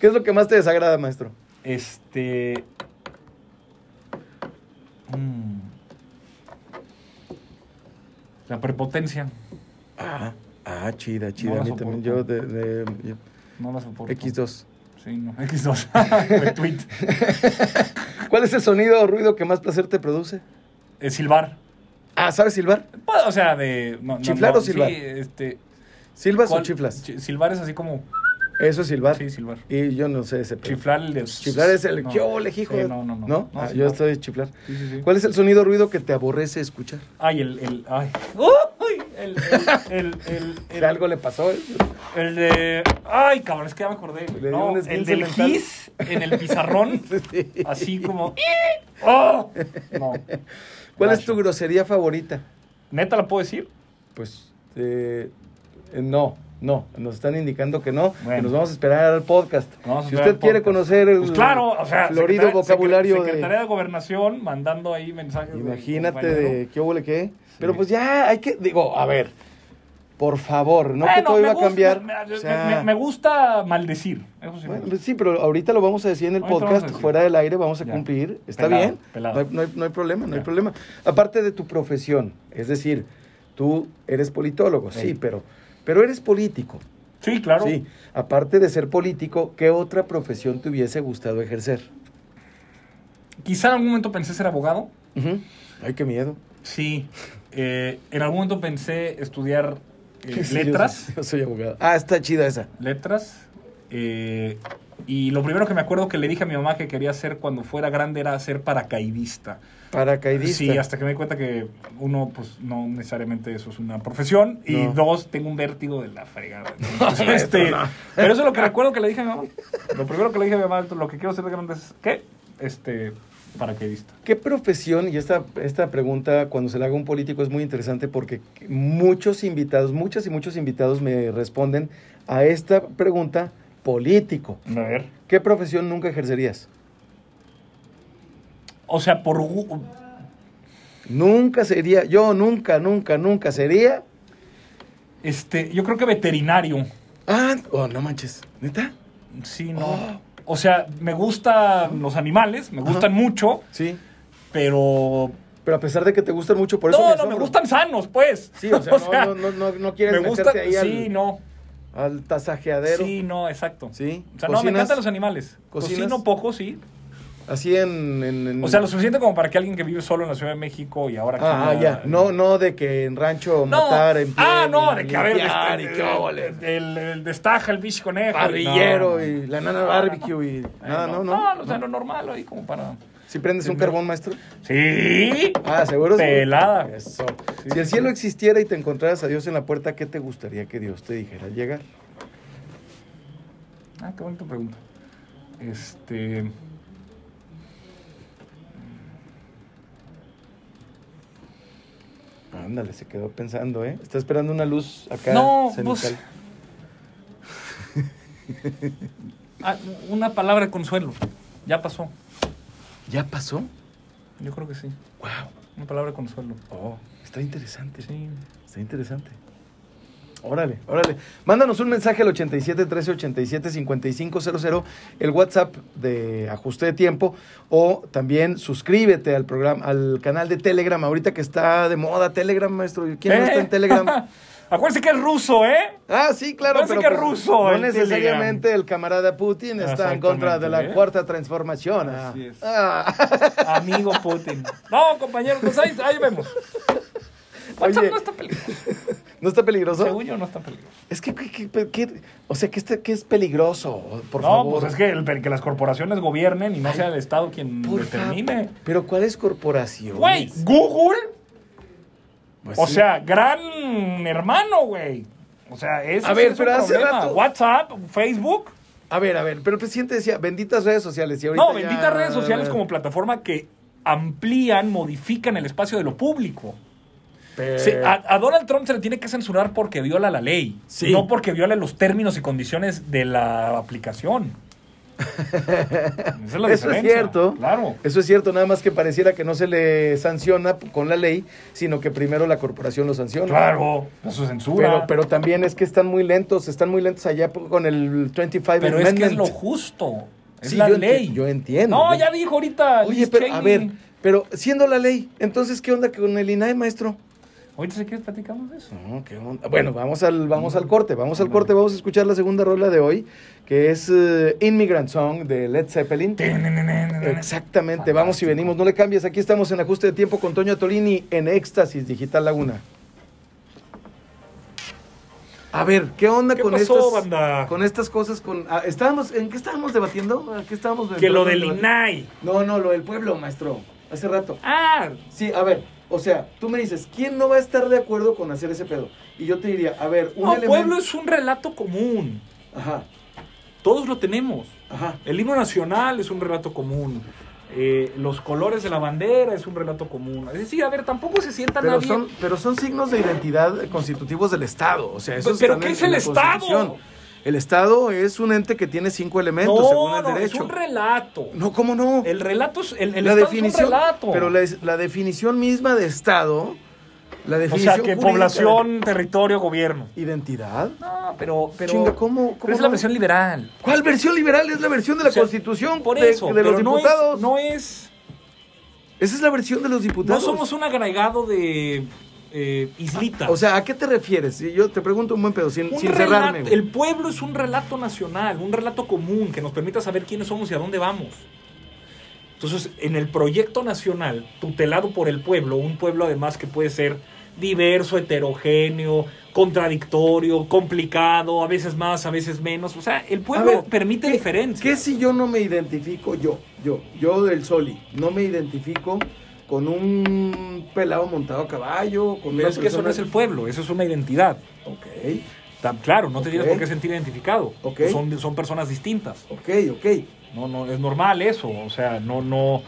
B: ¿Qué es lo que más te desagrada, maestro?
C: Este. mm, La prepotencia.
B: Ah, ah, chida, chida.
C: No la
B: a mí también, yo
C: soporto.
B: de, de- yo-
C: No la soporto.
B: X2.
C: Sí, no. X2. Retweet.
B: ¿Cuál es el sonido o ruido que más placer te produce?
C: Eh, silbar.
B: Ah, ¿sabes silbar?
C: Pa- O sea, de. no, no,
B: ¿Chiflar
C: no,
B: o silbar?
C: Sí, este.
B: ¿Silbas o
C: ¿cuál?
B: chiflas?
C: Chi- Silbar es así como.
B: Eso es silbar.
C: Sí, silbar.
B: Y yo no sé ese. pedo.
C: Chiflar el de.
B: Chiflar es el
C: no.
B: ¿qué ole, hijo?
C: Sí, no, no, no. No,
B: Ah,
C: sí,
B: yo
C: no.
B: estoy chiflar.
C: Sí, sí, sí.
B: ¿Cuál es el sonido o ruido que te aborrece escuchar?
C: Ay, el. el ay. ¡Uy! El. El. El. el,
B: Si
C: el-
B: algo le pasó. ¿eh?
C: el de. Ay, cabrón, es que ya me acordé. güey.
B: Le dio
C: No,
B: un
C: el
B: esguince
C: del
B: mental.
C: gis en el pizarrón.
B: Sí.
C: Así como. ¡Oh! No.
B: ¿Cuál es tu
C: Gacho.
B: grosería favorita?
C: ¿Neta la puedo decir?
B: Pues eh, eh, no, no, nos están indicando que no, que
C: Bueno.
B: nos vamos a esperar al podcast.
C: Vamos a
B: si
C: esperar
B: usted
C: al
B: quiere
C: podcast.
B: conocer el
C: Pues claro, o sea.
B: florido
C: secretaria-
B: vocabulario
C: secre- Secretaría de...
B: de,
C: Gobernación mandando ahí mensajes. de
B: imagínate
C: compañero.
B: de qué huele qué, pero pues ya hay que digo, a ver. Por favor, no que
C: Bueno,
B: todo
C: me
B: iba a
C: gusta-
B: cambiar.
C: Me, me-
B: o sea,
C: me- me gusta maldecir. Eso sí me
B: bueno,
C: gusta.
B: pues sí, pero ahorita lo vamos a decir en el
C: Ahorita vamos a
B: podcast,
C: decir.
B: fuera del aire, vamos a
C: Ya.
B: cumplir. Está
C: Pelado,
B: bien,
C: pelado.
B: No, hay, no hay- no hay problema, no hay
C: Ya.
B: problema. Aparte de tu profesión, es decir, tú eres politólogo, sí,
C: Sí.
B: pero, pero eres político.
C: Sí, claro.
B: Sí, aparte de ser político, ¿qué otra profesión te hubiese gustado ejercer?
C: Quizá en algún momento pensé ser abogado.
B: Ujú. Ay, qué miedo.
C: Sí. Eh, en algún momento pensé estudiar eh,
B: Sí, yo
C: letras.
B: soy- Yo soy, abogado. Ah, está chida esa.
C: letras. eh, y lo primero que me acuerdo que le dije a mi mamá que quería hacer cuando fuera grande era ser paracaidista.
B: Paracaidista.
C: Sí, hasta que me di cuenta que uno, pues no necesariamente eso es una profesión. Y
B: No.
C: dos, tengo un vértigo de la fregada. Entonces, este, Pero eso es lo que recuerdo que le dije a mi mamá. Lo primero que le dije a mi mamá, lo que quiero ser de grande es, ¿qué? Este, paracaidista.
B: ¿Qué profesión, y esta, esta pregunta cuando se la haga a un político es muy interesante porque muchos invitados, muchas y muchos invitados me responden a esta pregunta político.
C: A ver.
B: ¿Qué profesión nunca ejercerías?
C: O sea, por... gu-
B: Nunca sería, yo nunca, nunca, nunca sería.
C: Este, yo creo que veterinario.
B: Ah, oh, no manches, ¿neta?
C: Sí, no. O sea, me gustan los animales, me gustan mucho,
B: Sí.
C: pero
B: Pero a pesar de que te gustan mucho, por eso
C: No, no, me
B: asombro.
C: gustan sanos, pues.
B: Sí, o sea, no- no, no, no, no quieres
C: me
B: meterte
C: gusta.
B: ahí al,
C: Sí, no.
B: al tasajeadero.
C: Sí, no, exacto.
B: Sí.
C: O sea, no, me
B: ¿Cocinas?
C: encantan los animales.
B: ¿Cocinas?
C: Cocino poco, sí.
B: Así en, en- en-
C: O sea, lo suficiente como para que alguien que vive solo en la Ciudad de México y ahora
B: Ah, ah, ya.
C: quiera-
B: No, no de que en rancho matar, en
C: ah, no, de que a ver,
B: limpiar
C: este,
B: y qué óvole.
C: el, el, el destaja, el bicho conejo.
B: parrillero
C: No. Ah,
B: y la nana barbecue y nada, no,
C: no,
B: no.
C: o sea, lo normal ahí como para...
B: Si prendes un carbón, maestro.
C: Sí.
B: Ah, seguro. sí?
C: Pelada.
B: Eso. Si el cielo existiera y te encontraras a Dios en la puerta, ¿qué te gustaría que Dios te dijera al llegar?
C: Ah, qué bonita pregunta. Este...
B: Ándale, se quedó pensando, ¿eh? Está esperando una luz acá.
C: No, pues.
B: cenital.
C: ah, una palabra de consuelo. Ya pasó.
B: ¿Ya pasó?
C: Yo creo que sí.
B: Wow.
C: Una palabra de consuelo.
B: Oh, está interesante.
C: Sí.
B: Pues, Está interesante. Órale, órale. Mándanos un mensaje al 87 13 87 55 00, el WhatsApp de Ajuste de Tiempo, o también suscríbete al programa, al canal de Telegram, ahorita que está de moda Telegram, maestro. ¿Quién no
C: ¿Eh?
B: está en Telegram?
C: Acuérdense que es ruso, ¿eh?
B: Ah, sí, claro,
C: Parece que ruso
B: no
C: el
B: necesariamente el camarada Putin está en contra de la
C: Exactamente, ¿eh?
B: cuarta transformación. ah.
C: Así es.
B: Ah.
C: Amigo Putin. No, compañero, pues ahí, ahí vemos. WhatsApp
B: Oye,
C: no está peligroso.
B: ¿no está peligroso?
C: Según yo, no está peligroso.
B: Es que, que- que- que- o sea, que, este, que es peligroso, por
C: no,
B: favor.
C: pues es que, el- que las corporaciones gobiernen y no sea el Estado quien
B: Por
C: determine.
B: favor. Pero ¿cuál es corporación?
C: Güey, Google,
B: Pues
C: o
B: sí.
C: sea, gran hermano, güey. O sea, ese
B: A
C: sí
B: ver,
C: es
B: pero
C: un
B: hace
C: problema.
B: rato-
C: WhatsApp, Facebook.
B: A ver, a ver, pero el presidente decía, benditas redes sociales. Y ahorita
C: No,
B: ya-
C: benditas redes sociales como plataforma que amplían, modifican el espacio de lo público.
B: Pero-
C: Sí, a, a Donald Trump se le tiene que censurar porque viola la ley,
B: Sí.
C: no porque viole los términos y condiciones de la aplicación. Esa es la
B: Eso es
C: diferencia.
B: cierto.
C: Claro.
B: Eso es cierto, nada más que pareciera que no se le sanciona con la ley, sino que primero la corporación lo sanciona.
C: Claro, eso
B: Pero,
C: es censura.
B: pero también es que están muy lentos, están muy lentos allá por- con el 25
C: Pero es
B: Amendment.
C: que es lo justo. Es
B: Sí,
C: la
B: yo enti-
C: ley.
B: yo entiendo.
C: No,
B: Yo-
C: ya dijo ahorita.
B: Oye,
C: Liz
B: pero a
C: Cheney.
B: ver, pero siendo la ley, entonces ¿qué onda con el INAE, maestro?
C: Ahorita si quieres platicamos de eso.
B: No, qué onda. Bueno, vamos al, vamos
C: Mm.
B: al corte, vamos al corte, vamos a escuchar la segunda rola de hoy, que es eh, Inmigrant Song de Led Zeppelin. Exactamente, vamos y venimos, no le cambies, aquí estamos en ajuste de tiempo con Toño Tolini en Éxtasis Digital Laguna. A ver, ¿qué onda
C: ¿Qué
B: con,
C: pasó,
B: estas,
C: banda?
B: con estas cosas? Con, ah, estábamos, ¿En qué estábamos debatiendo? ¿A qué estábamos
C: Que lo del
B: debatiendo?
C: INAI.
B: No, no, lo del pueblo, maestro, hace rato.
C: Ah,
B: Sí, a ver, o sea, tú me dices, ¿quién no va a estar de acuerdo con hacer ese pedo? Y yo te diría, a ver, un
C: no,
B: elemento-
C: pueblo es un relato común.
B: Ajá,
C: Todos lo tenemos.
B: ajá.
C: El himno nacional es un relato común. Eh, los colores de la bandera es un relato común. Es decir, a ver, tampoco se sienta
B: Pero
C: nadie.
B: son, pero son signos de identidad constitutivos del Estado. O sea, eso
C: Pero, ¿qué
B: también
C: es
B: en
C: el
B: la
C: Estado?
B: Constitución. El Estado es un ente que tiene cinco elementos según
C: no,
B: el
C: no, es
B: derecho.
C: un relato.
B: No, ¿cómo no?
C: El relato es el, el
B: la
C: Estado es un
B: definición,
C: relato.
B: pero la, la definición misma de Estado, la
C: o
B: definición
C: sea, que
B: jurídica de
C: población, territorio, gobierno.
B: identidad.
C: No, pero, pero,
B: Chinga, ¿cómo-
C: pero
B: cómo
C: es la
B: no?
C: versión liberal.
B: ¿Cuál versión liberal es la versión de la
C: O sea,
B: Constitución
C: Por
B: de,
C: eso,
B: de los
C: pero no es-
B: diputados?
C: no es
B: Esa es la versión de los
C: No
B: diputados.
C: somos un agregado de eh, islitas.
B: O sea, ¿a qué te refieres? Sí, Yo te pregunto un buen pedo, sin,
C: Un
B: sin
C: relato-
B: cerrarme. güey.
C: el pueblo es un relato nacional, un relato común que nos permita saber quiénes somos y a dónde vamos. Entonces, en el proyecto nacional, tutelado por el pueblo, un pueblo además que puede ser diverso, heterogéneo, contradictorio, complicado, a veces más, a veces menos. O sea, el
B: A
C: pueblo
B: ver,
C: permite
B: ¿qué-
C: diferencias.
B: ¿Qué si yo no me identifico yo? Yo, yo del Soli, no me identifico con un pelado montado a caballo, con una
C: Pero es que eso no es el
B: persona-
C: pueblo, eso es una identidad.
B: Ok,
C: Tan claro, no te tienes
B: Ok.
C: por qué sentir identificado. pues
B: Ok.
C: Son, son personas distintas.
B: ok, ok. Es
C: No, no, es normal eso. O sea, no, no,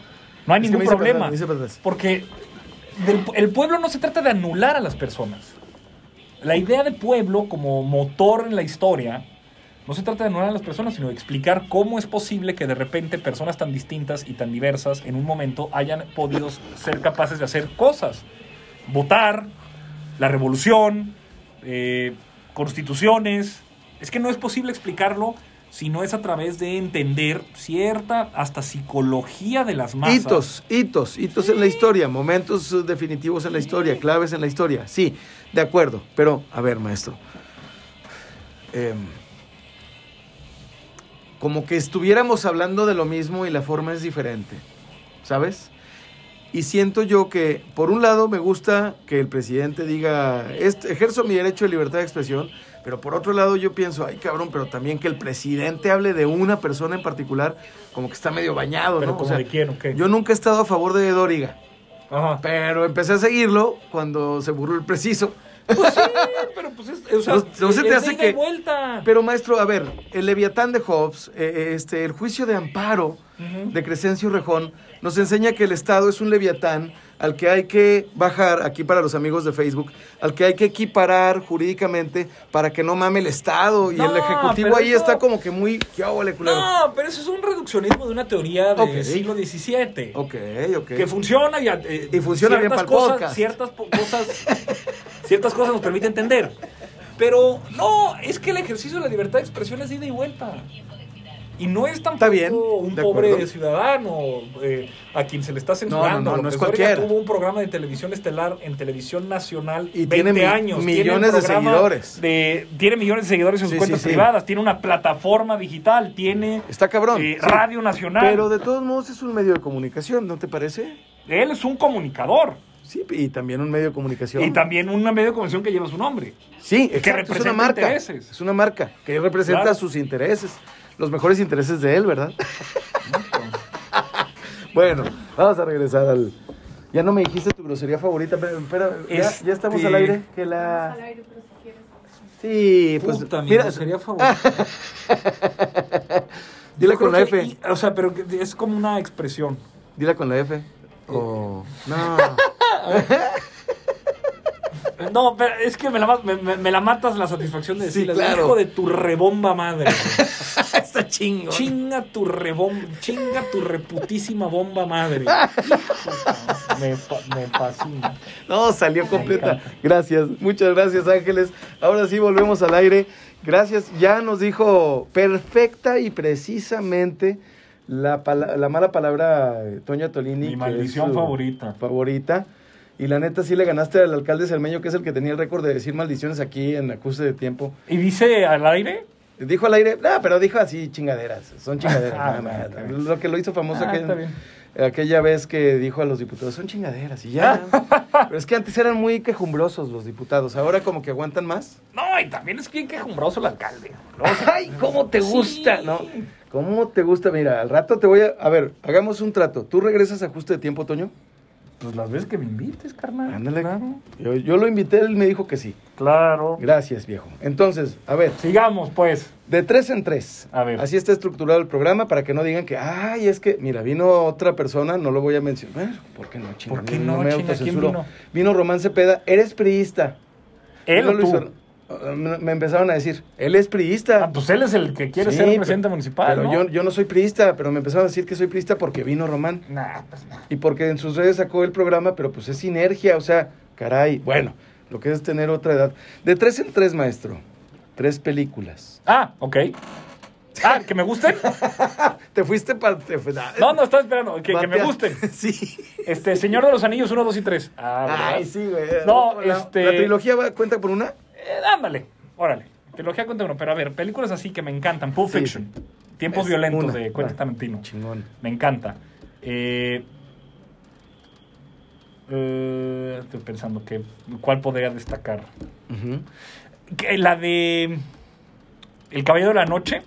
C: no hay
B: que
C: ningún
B: me hice para
C: problema.
B: atrás, me hice para atrás.
C: Porque del- el pueblo no se trata de anular a las personas. La idea de pueblo como motor en la historia no se trata de anular a las personas, sino de explicar cómo es posible que de repente personas tan distintas y tan diversas en un momento hayan podido ser capaces de hacer cosas. Votar, la revolución, eh, constituciones. Es que no es posible explicarlo sino es a través de entender cierta hasta psicología de las masas.
B: Hitos, hitos, hitos en la historia, momentos eh, definitivos en la historia, claves en la historia. Sí, de acuerdo. Pero, a ver, maestro. Em, como que estuviéramos hablando de lo mismo y la forma es diferente, ¿sabes? Y siento yo que, por un lado, me gusta que el presidente diga, "Este- ejerzo mi derecho de libertad de expresión, pero por otro lado yo pienso, ay cabrón, pero también que el presidente hable de una persona en particular, como que está medio bañado,
E: Pero
B: ¿no? O
E: como
B: sea,
E: de quién, ¿o qué?
B: yo nunca he estado a favor de Doriga,
E: Ajá.
B: pero empecé a seguirlo cuando se burló el preciso.
C: Pues sí, pero pues es, o sea,
B: No- no se te
C: es de
B: hace
C: ida
B: que-
C: y vuelta.
B: Pero maestro, a ver, el Leviatán de Hobbes, eh, este, el juicio de amparo
C: Ujú.
B: de Crescencio Rejón, nos enseña que el Estado es un Leviatán al que hay que bajar, aquí para los amigos de Facebook, al que hay que equiparar jurídicamente para que no mame el Estado y
C: No,
B: el Ejecutivo
C: pero
B: ahí
C: eso-
B: está como que muy... ¿Qué óvole, culero?
C: No, pero eso es un reduccionismo de una teoría del
B: Ok.
C: siglo XVII.
B: Ok, ok.
C: Que funciona y, eh,
B: Y funciona bien
C: ciertas
B: para el
C: cosas,
B: podcast.
C: Ciertas po- cosas, ciertas cosas nos permite entender. Pero no, es que el ejercicio de la libertad de expresión es ida y vuelta. Y no es tampoco
B: Está bien,
C: un
B: de
C: pobre
B: acuerdo.
C: ciudadano eh, a quien se le está censurando.
B: no, no
C: López
B: es
C: Dóriga
B: cualquiera.
C: Tuvo un programa de televisión estelar en televisión nacional
B: Y
C: 20
B: tiene mi-
C: años. tiene
B: millones
C: un
B: de
C: programa
B: seguidores.
C: de- tiene millones de seguidores en sus
B: Sí, sí,
C: cuentas
B: sí.
C: privadas. Tiene una plataforma digital. Tiene
B: Está cabrón.
C: eh,
B: sí.
C: Radio Nacional.
B: Pero de todos modos es un medio de comunicación, ¿no te parece?
C: Él es un comunicador.
B: Sí, y también un medio de comunicación.
C: Y también una medio de convención que lleva su nombre.
B: Sí, exacto, es
C: representa
B: una marca.
C: intereses.
B: Es una marca que representa
C: Claro.
B: sus intereses, los mejores intereses de él, ¿verdad? bueno, vamos a regresar al. Ya no me dijiste tu grosería favorita, pero, pero ya- ya,
C: Este-
B: estamos al aire. Que
D: Vamos al
B: la.
D: aire, pero si quieres.
B: Sí, pues.
E: Puta, mi
B: mira,
E: grosería favorita.
B: dila
C: Yo creo
B: con la
C: que-
B: F.
C: y- o sea, pero que es como una expresión.
B: Dila con la F.
C: Oh.
B: O- No.
C: No, pero es que me la, ma- me, me- me la matas la satisfacción de
B: Sí,
C: decirle,
B: claro.
C: hijo de tu rebomba madre.
B: Está chingo.
C: chinga tu rebomba, chinga tu reputísima bomba madre. me, fa- me fascina.
B: No, salió completa. Gracias, muchas gracias Ángeles. Ahora sí volvemos al aire. Gracias, ya nos dijo perfecta y precisamente la, pala- la mala palabra eh, Toño Tolini.
C: Mi
B: que es
C: maldición
B: su
C: favorita.
B: Favorita. Y la neta sí le ganaste al alcalde Cermeño, que es el que tenía el récord de decir maldiciones aquí en ajuste de tiempo.
C: ¿Y dice al aire?
B: Dijo al aire, no, pero dijo así chingaderas, son chingaderas.
C: Ah,
B: nada más.
C: ok.
B: Lo que lo hizo famoso
C: Ah,
B: aquel-
C: está bien.
B: aquella vez que dijo a los diputados, son chingaderas y ya.
C: Ah.
B: pero es que antes eran muy quejumbrosos los diputados, ahora como que aguantan más.
C: No, y también es bien quejumbroso el alcalde.
B: Ay, ¿cómo te gusta? ¿No? ¿Cómo te gusta? Mira, al rato te voy a... A ver, hagamos un trato. ¿Tú regresas a ajuste de tiempo, Toño?
C: Pues las veces que me invites, carnal.
B: Ándale.
C: Claro.
B: Yo, yo lo invité, él me dijo que sí.
C: Claro.
B: Gracias, viejo. Entonces, a ver,
C: Sigamos, pues.
B: De tres en tres.
C: A ver.
B: Así está estructurado el programa para que no digan que, ay, es que, mira, vino otra persona, no lo voy a mencionar. Bueno, ¿Por qué no, chinga?
C: ¿Por qué no, chinga? ¿Quién
B: autocensuro.
C: vino?
B: Vino Román Cepeda, eres priista.
C: Él
B: Vino
C: o
B: Luis
C: tú.
B: Fer- Ah, Me me empezaron a decir, él es priista.
C: Ah, pues él es el que quiere
B: Sí,
C: ser
B: pero-
C: presidente municipal.
B: Pero
C: ¿no?
B: yo, yo no soy priista, pero me empezaron a decir que soy priista porque vino Román.
C: Nah, pues nah.
B: Y porque en sus redes sacó el programa, pero pues es sinergia, o sea, caray, bueno, lo que es tener otra edad. De tres en tres, maestro. Tres películas.
C: Ah, ok. Ah, que me gusten.
B: Te fuiste para... Te...
C: No, no, estaba esperando. Que, que me
B: Batea-
C: gusten.
B: sí.
C: Este, Señor de los Anillos 1, 2 y 3. Ah, ¿verdad?
B: Ay, sí, güey.
C: No,
B: La-
C: este-
B: ¿La trilogía va, cuenta por una?
C: Eh, ándale, órale. Trilogía cuenta uno. Pero a ver, películas así que me encantan. Pulp
B: Sí,
C: Fiction. Tiempos
B: Es
C: violentos
B: una,
C: de Quentin
B: va.
C: Tarantino.
B: Chingón.
C: Me encanta. Eh, eh, estoy pensando que cuál podría destacar. Que la de El Caballero de la Noche.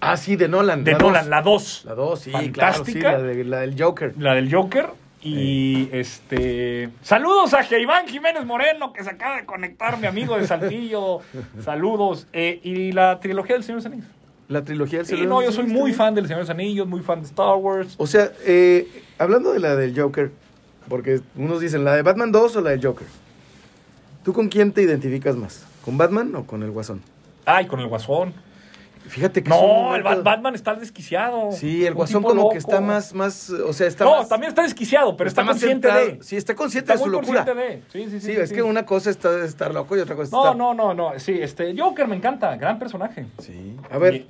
B: Ah, sí, de Nolan.
C: De
B: la
C: Nolan,
B: dos.
C: la 2.
B: La dos, sí,
C: Fantástica.
B: claro, sí, la, de- la del Joker.
C: La del Joker. Y este. Saludos a Iván Jiménez Moreno, que se acaba de conectar, mi amigo de Saltillo. Saludos. Eh, y la trilogía del Señor de los Anillos.
B: La trilogía del
C: Sí,
B: celular.
C: no, yo soy muy fan del Señor de los Anillos, muy fan de Star Wars.
B: O sea, eh, hablando de la del Joker, porque unos dicen, ¿la de Batman 2 o la del Joker? ¿Tú con quién te identificas más? ¿Con Batman o con el Guasón?
C: Ay, con el Guasón.
B: Fíjate que es un
C: No,
B: momento-
C: el Bat- Batman está desquiciado.
B: Sí, el
C: Un
B: Guasón
C: tipo
B: como que
C: loco.
B: está más, más, o sea, está
C: No,
B: más...
C: también está desquiciado, pero está,
B: más
C: consciente
B: centrado.
C: de.
B: Sí, está consciente
C: Está
B: de su
C: muy
B: locura.
C: consciente de. Sí, sí, sí.
B: Sí,
C: sí,
B: es
C: sí.
B: que una cosa es estar- estar loco y otra cosa es
C: No,
B: estar...
C: no, no, no. Sí, este. Joker me encanta. Gran personaje.
B: Sí. A ver,
C: Bien.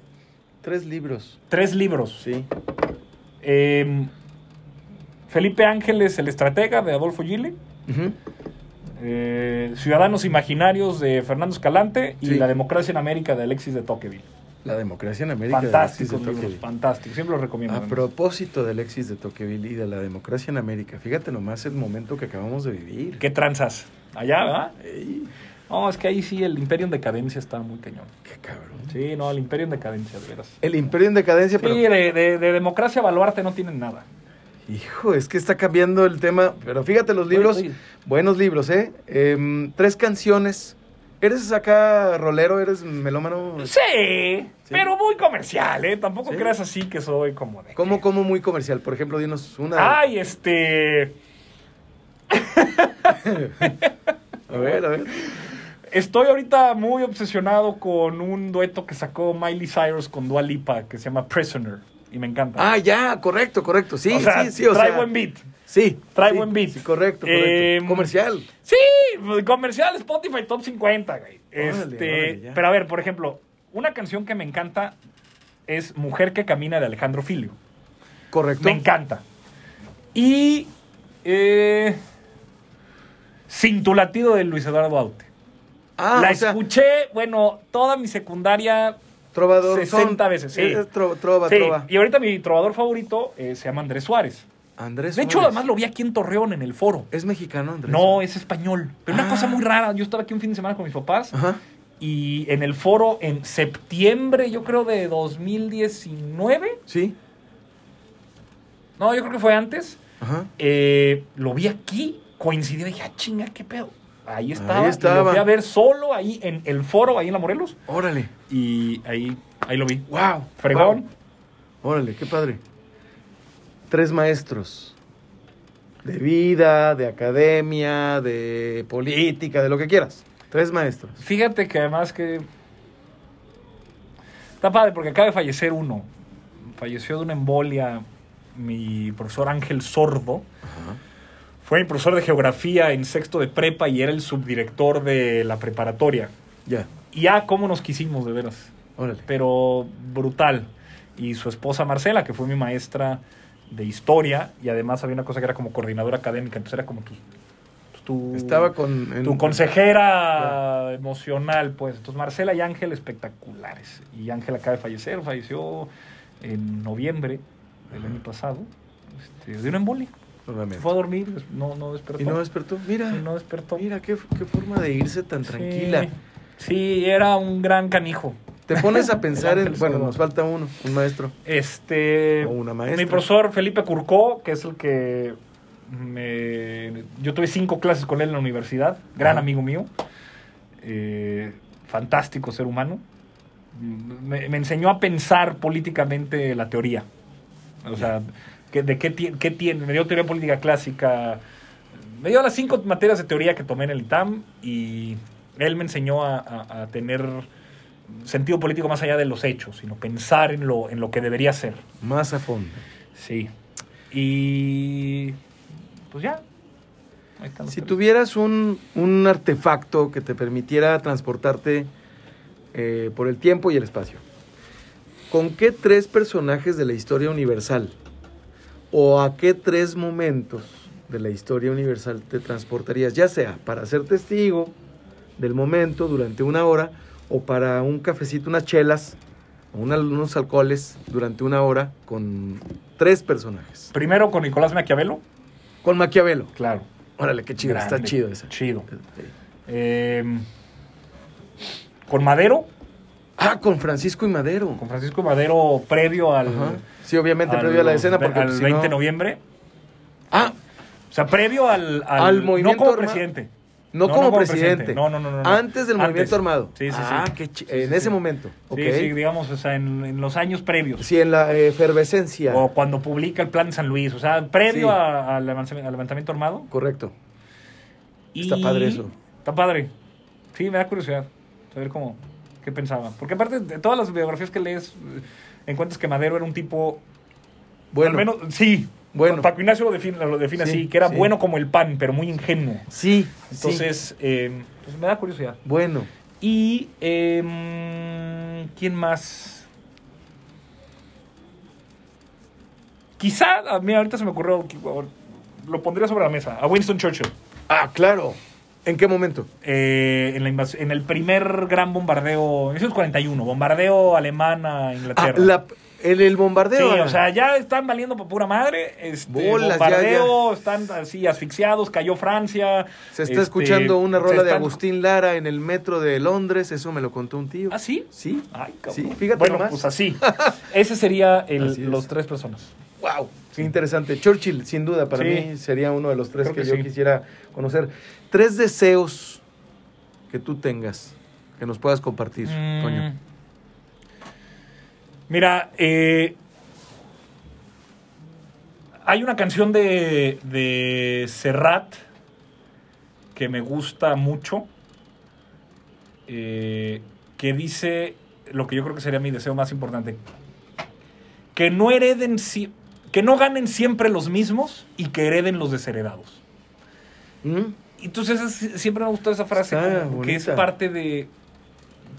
B: Tres libros.
C: Tres libros.
B: Sí.
C: Eh, Felipe Ángeles, el estratega de Adolfo Gili.
B: Ujú.
C: Eh, Ciudadanos Imaginarios de Fernando Escalante y
B: Sí.
C: La Democracia en América de Alexis de Tocqueville.
B: La democracia en América. de Alexis de
C: Fantásticos libros,
B: Tocqueville. Ah,
C: fantásticos. Siempre los recomiendo.
B: A propósito de Alexis de Tocqueville y de la democracia en América, fíjate nomás el momento que acabamos de vivir.
C: ¿Qué tranzas? Allá, ¿verdad?
B: Ey,
C: No, es que ahí sí el imperio en decadencia está muy cañón.
B: ¡Qué cabrón!
C: Sí, no, el imperio en decadencia, de veras.
B: El imperio en decadencia,
C: Sí,
B: Eh, pero...
C: de, de- de democracia baluarte no tienen nada.
B: Hijo, es que está cambiando el tema. Pero fíjate los libros.
C: Oye, oye.
B: Buenos libros, ¿eh? Em, tres canciones. ¿Eres acá rolero? ¿Eres melómano?
C: Sí, pero muy comercial, ¿eh? Tampoco
B: Sí.
C: creas así que soy como de...
B: ¿Cómo, cómo muy comercial? Por ejemplo, dinos una.
C: Ay, este...
B: A ver, a ver.
C: Estoy ahorita muy obsesionado con un dueto que sacó Miley Cyrus con Dua Lipa, que se llama Prisoner, y me encanta.
B: Ah, ya, correcto, correcto. Sí,
C: O sea,
B: sí, sí. O
C: trae
B: sea,
C: buen beat.
B: Sí.
C: Trae
B: sí,
C: buen beat.
B: Sí, correcto, correcto.
C: Em,
B: comercial.
C: Sí, comercial Spotify Top 50, güey. este,
B: órale, ya.
C: pero a ver, por ejemplo, una canción que me encanta es Mujer que camina de Alejandro Filio.
B: Correcto.
C: Me encanta. Y eh, Sin tu latido de Luis Eduardo Aute.
B: Ah,
C: La
B: o sea,
C: escuché, bueno, toda mi secundaria.
B: trovador.
C: 60 veces, sí.
B: Es tro- trova,
C: Sí,
B: trova.
C: Y ahorita mi trovador favorito eh, se llama Andrés Suárez.
B: Andrés.
C: De hecho,
B: Suárez.
C: además lo vi aquí en Torreón, en el foro.
B: ¿Es mexicano, Andrés?
C: No, es español. Pero una
B: Ah.
C: cosa muy rara. Yo estaba aquí un fin de semana con mis papás
B: Ajá.
C: y en el foro en septiembre, yo creo, de 2019.
B: Sí.
C: No, yo creo que fue antes.
B: Ajá.
C: Eh, lo vi aquí, coincidió y dije, ah, chinga, qué pedo. Ahí estaba.
B: Ahí
C: y
B: estaba.
C: Lo fui a ver solo ahí en el foro, ahí en La Morelos.
B: Órale.
C: Y ahí, ahí lo vi.
B: Wow.
C: Fregón.
B: Órale, qué padre. Tres maestros. De vida, de academia, de política, de lo que quieras. Tres maestros.
C: Fíjate que además que. Está padre porque acaba de fallecer uno. Falleció de una embolia mi profesor Ángel Sordo. Fue mi profesor de geografía en sexto de prepa y era el subdirector de la preparatoria.
B: Ya,
C: Y ah, cómo nos quisimos, de veras.
B: órale.
C: Pero brutal. Y su esposa Marcela, que fue mi maestra de historia y además había una cosa que era como coordinadora académica, entonces era como tu. tu-
B: Estaba con... en-
C: tu consejera emocional, pues. Entonces, Marcela y Ángel espectaculares. Y Ángel acaba de fallecer, falleció en noviembre del año pasado, este, de una embolia. Se
B: Nuevamente.
C: fue a dormir, des- no, no despertó.
B: Y no despertó. Mira,
C: Y no despertó.
B: mira, qué, qué forma de irse tan
C: Sí.
B: tranquila.
C: Sí, era un gran canijo.
B: Te pones a pensar en...
C: Ángel
B: Bueno,
C: Sordo.
B: nos falta uno, un maestro.
C: Este.
B: O una maestra.
C: Mi profesor Felipe Curcó, que es el que me- Yo tuve cinco clases con él en la universidad, gran
B: Ajá.
C: amigo mío, eh, fantástico ser humano. Me, me enseñó a pensar políticamente la teoría. O sea, que, de qué, ti- qué tiene. Me dio teoría política clásica. Me dio las cinco materias de teoría que tomé en el ITAM y él me enseñó a, a- a tener sentido político más allá de los hechos, sino pensar en lo, en lo que debería ser.
B: Más a fondo.
C: Sí. Y. Pues ya. Ahí están los
B: Si
C: tres.
B: tuvieras un, un artefacto que te permitiera transportarte eh, por el tiempo y el espacio, ¿con qué tres personajes de la historia universal o a qué tres momentos de la historia universal te transportarías? Ya sea para ser testigo del momento durante una hora o para un cafecito, unas chelas o una- unos alcoholes durante una hora con tres personajes.
C: Primero con Nicolás Maquiavelo.
B: Con Maquiavelo.
C: Claro.
B: Órale, qué chido, está
C: Grande.
B: chido esa.
C: Chido.
B: Sí.
C: Eh, con Madero.
B: Ah, con Francisco y Madero.
C: Con Francisco Madero previo al.
B: Ajá. Sí, obviamente
C: al-
B: previo a la escena porque
C: Al
B: pues, si
C: 20 de
B: no-
C: noviembre.
B: Ah,
C: O sea, previo al.
B: Al movimiento
C: No como
B: armado.
C: presidente.
B: no, como, presidente.
C: No, no, no, no, no.
B: Antes del movimiento armado.
C: Sí, sí, sí.
B: Ah, qué chi-
C: Sí, sí,
B: en
C: sí.
B: ese momento. Ok.
C: Sí, sí, digamos, o sea, en, en los años previos.
B: Sí, en la efervescencia.
C: O cuando publica el plan San Luis, o sea, previo
B: Sí.
C: a- al, avanzamiento- al levantamiento armado.
B: Correcto.
C: Y-
B: Está padre eso.
C: Está padre. Sí, me da curiosidad saber cómo, qué pensaba. Porque aparte de todas las biografías que lees, eh, encuentras que Madero era un tipo,
B: Bueno,
C: al menos, sí.
B: Bueno.
C: Paco Ignacio lo define, lo define
B: Sí,
C: así, que era
B: sí.
C: bueno como el pan, pero muy ingenuo.
B: sí. sí.
C: Entonces, eh, pues me da curiosidad.
B: Bueno,
C: Y, eh, ¿quién em, más? Quizá, a mí ahorita se me ocurrió, lo pondría sobre la mesa, a Winston Churchill.
B: Ah, claro. ¿En qué momento?
C: eh, en, la invas- en el primer gran bombardeo, en el 41, bombardeo alemán a
B: Ah,
C: Inglaterra.
B: la- en el bombardeo.
C: Sí,
B: ah.
C: o sea, ya están valiendo por pura madre. Este,
B: Bolas, ya,
C: bombardeo, están así asfixiados, cayó Francia.
B: Se está
C: este,
B: escuchando una
C: se
B: rola de
C: están-
B: Agustín Lara en el metro de Londres, eso me lo contó un tío.
C: ¿Ah, sí?
B: Sí.
C: Ay, cabrón.
B: Sí, fíjate
C: bueno,
B: nomás.
C: pues así. Ese sería el-
B: Así es.
C: los tres personas.
B: Wow, qué interesante. Churchill, sin duda, para
C: Sí.
B: mí sería uno de los tres
C: Creo
B: que,
C: que
B: yo
C: sí.
B: quisiera conocer. Tres deseos que tú tengas, que nos puedas compartir,
C: Mm.
B: Toño.
C: Mira, eh, hay una canción de, de Serrat que me gusta mucho, eh, que dice lo que yo creo que sería mi deseo más importante. Que no hereden, si- que no ganen siempre los mismos y que hereden los desheredados.
B: ¿Mm?
C: Entonces es- siempre me gustó esa frase,
B: Está
C: como que es
B: bonita.
C: parte de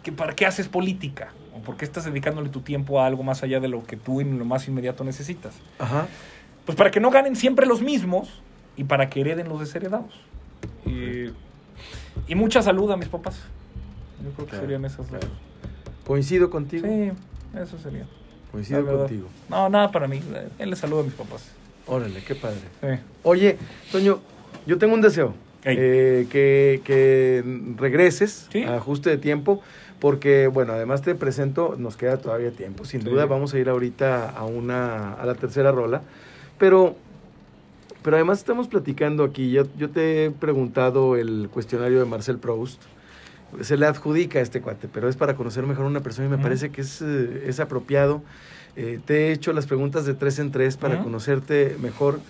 C: que para qué haces política o por qué estás dedicándole tu tiempo a algo más allá de lo que tú en lo más inmediato necesitas.
B: Ajá.
C: Pues para que no ganen siempre los mismos y para que hereden los desheredados. Y, y mucha salud a mis papás. Yo creo que
B: Claro,
C: serían esas dos.
B: claro. Coincido contigo.
C: Sí, eso sería. la
B: Coincido
C: verdad.
B: contigo.
C: No, nada para mí. Él le saluda a mis papás.
B: Órale, qué padre.
C: Sí.
B: Oye, Toño, yo tengo un deseo.
C: Ey.
B: Eh, que, que regreses
C: Sí.
B: a ajuste de tiempo, porque, bueno, además te presento, nos queda todavía tiempo. Sin
C: Sí.
B: duda vamos a ir ahorita a una, a la tercera rola. Pero, pero además estamos platicando aquí. Yo, yo te he preguntado el cuestionario de Marcel Proust. Se le adjudica a este cuate, pero es para conocer mejor a una persona y me
C: Ujú.
B: parece que es, eh, es apropiado. Eh, te he hecho las preguntas de tres en tres para
C: Ujú.
B: conocerte mejor.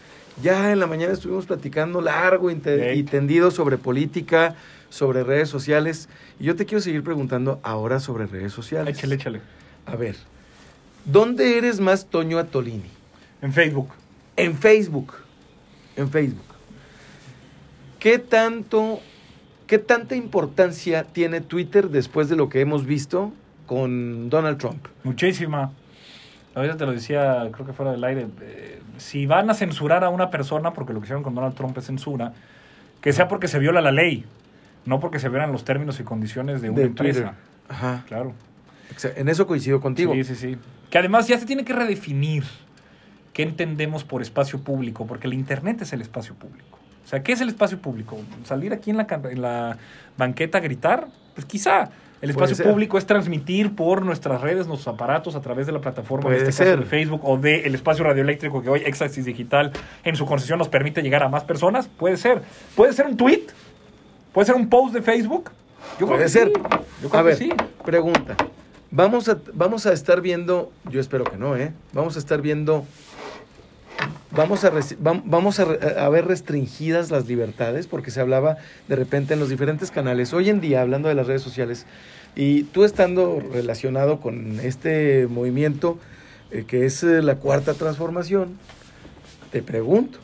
B: Ya en la mañana estuvimos platicando largo inte-
C: Ok.
B: y tendido sobre política, sobre redes sociales. Y yo te quiero seguir preguntando ahora sobre redes sociales.
C: Échale, échale.
B: A ver, ¿dónde eres más Toño Atolini?
C: En Facebook.
B: En Facebook. En Facebook. ¿Qué tanto, qué tanta importancia tiene Twitter después de lo que hemos visto con Donald Trump?
C: Muchísima. Ahorita te lo decía, creo que fuera del aire. eh, si van a censurar a una persona, porque lo que hicieron con Donald Trump es censura, que sea porque se viola la ley, no porque se violan los términos y condiciones de una
B: De
C: empresa.
B: Twitter. Ajá.
C: Claro.
B: Exa- En eso coincido contigo.
C: Sí, sí, sí. Que además ya se tiene que redefinir qué entendemos por espacio público, porque el Internet es el espacio público. O sea, ¿qué es el espacio público? ¿Salir aquí en la, can- en la banqueta a gritar? Pues quizá. El
B: Puede
C: espacio
B: ser.
C: público es transmitir por nuestras redes, nuestros aparatos, a través de la plataforma,
B: Puede
C: en este caso
B: ser.
C: de Facebook o del el espacio radioeléctrico que hoy Exaxis Digital en su concesión nos permite llegar a más personas. Puede ser. Puede ser un tweet. Puede ser un post de Facebook. Yo creo
B: Puede
C: que
B: ser.
C: sí. Yo creo
B: a
C: que
B: ver,
C: sí.
B: pregunta. Vamos a, vamos a estar viendo, yo espero que no, ¿eh? Vamos a estar viendo, vamos a, resi- vam- vamos a, re- a ver restringidas las libertades, porque se hablaba de repente en los diferentes canales. Hoy en día, hablando de las redes sociales, y tú estando relacionado con este movimiento eh, que es eh, la cuarta transformación, te pregunto,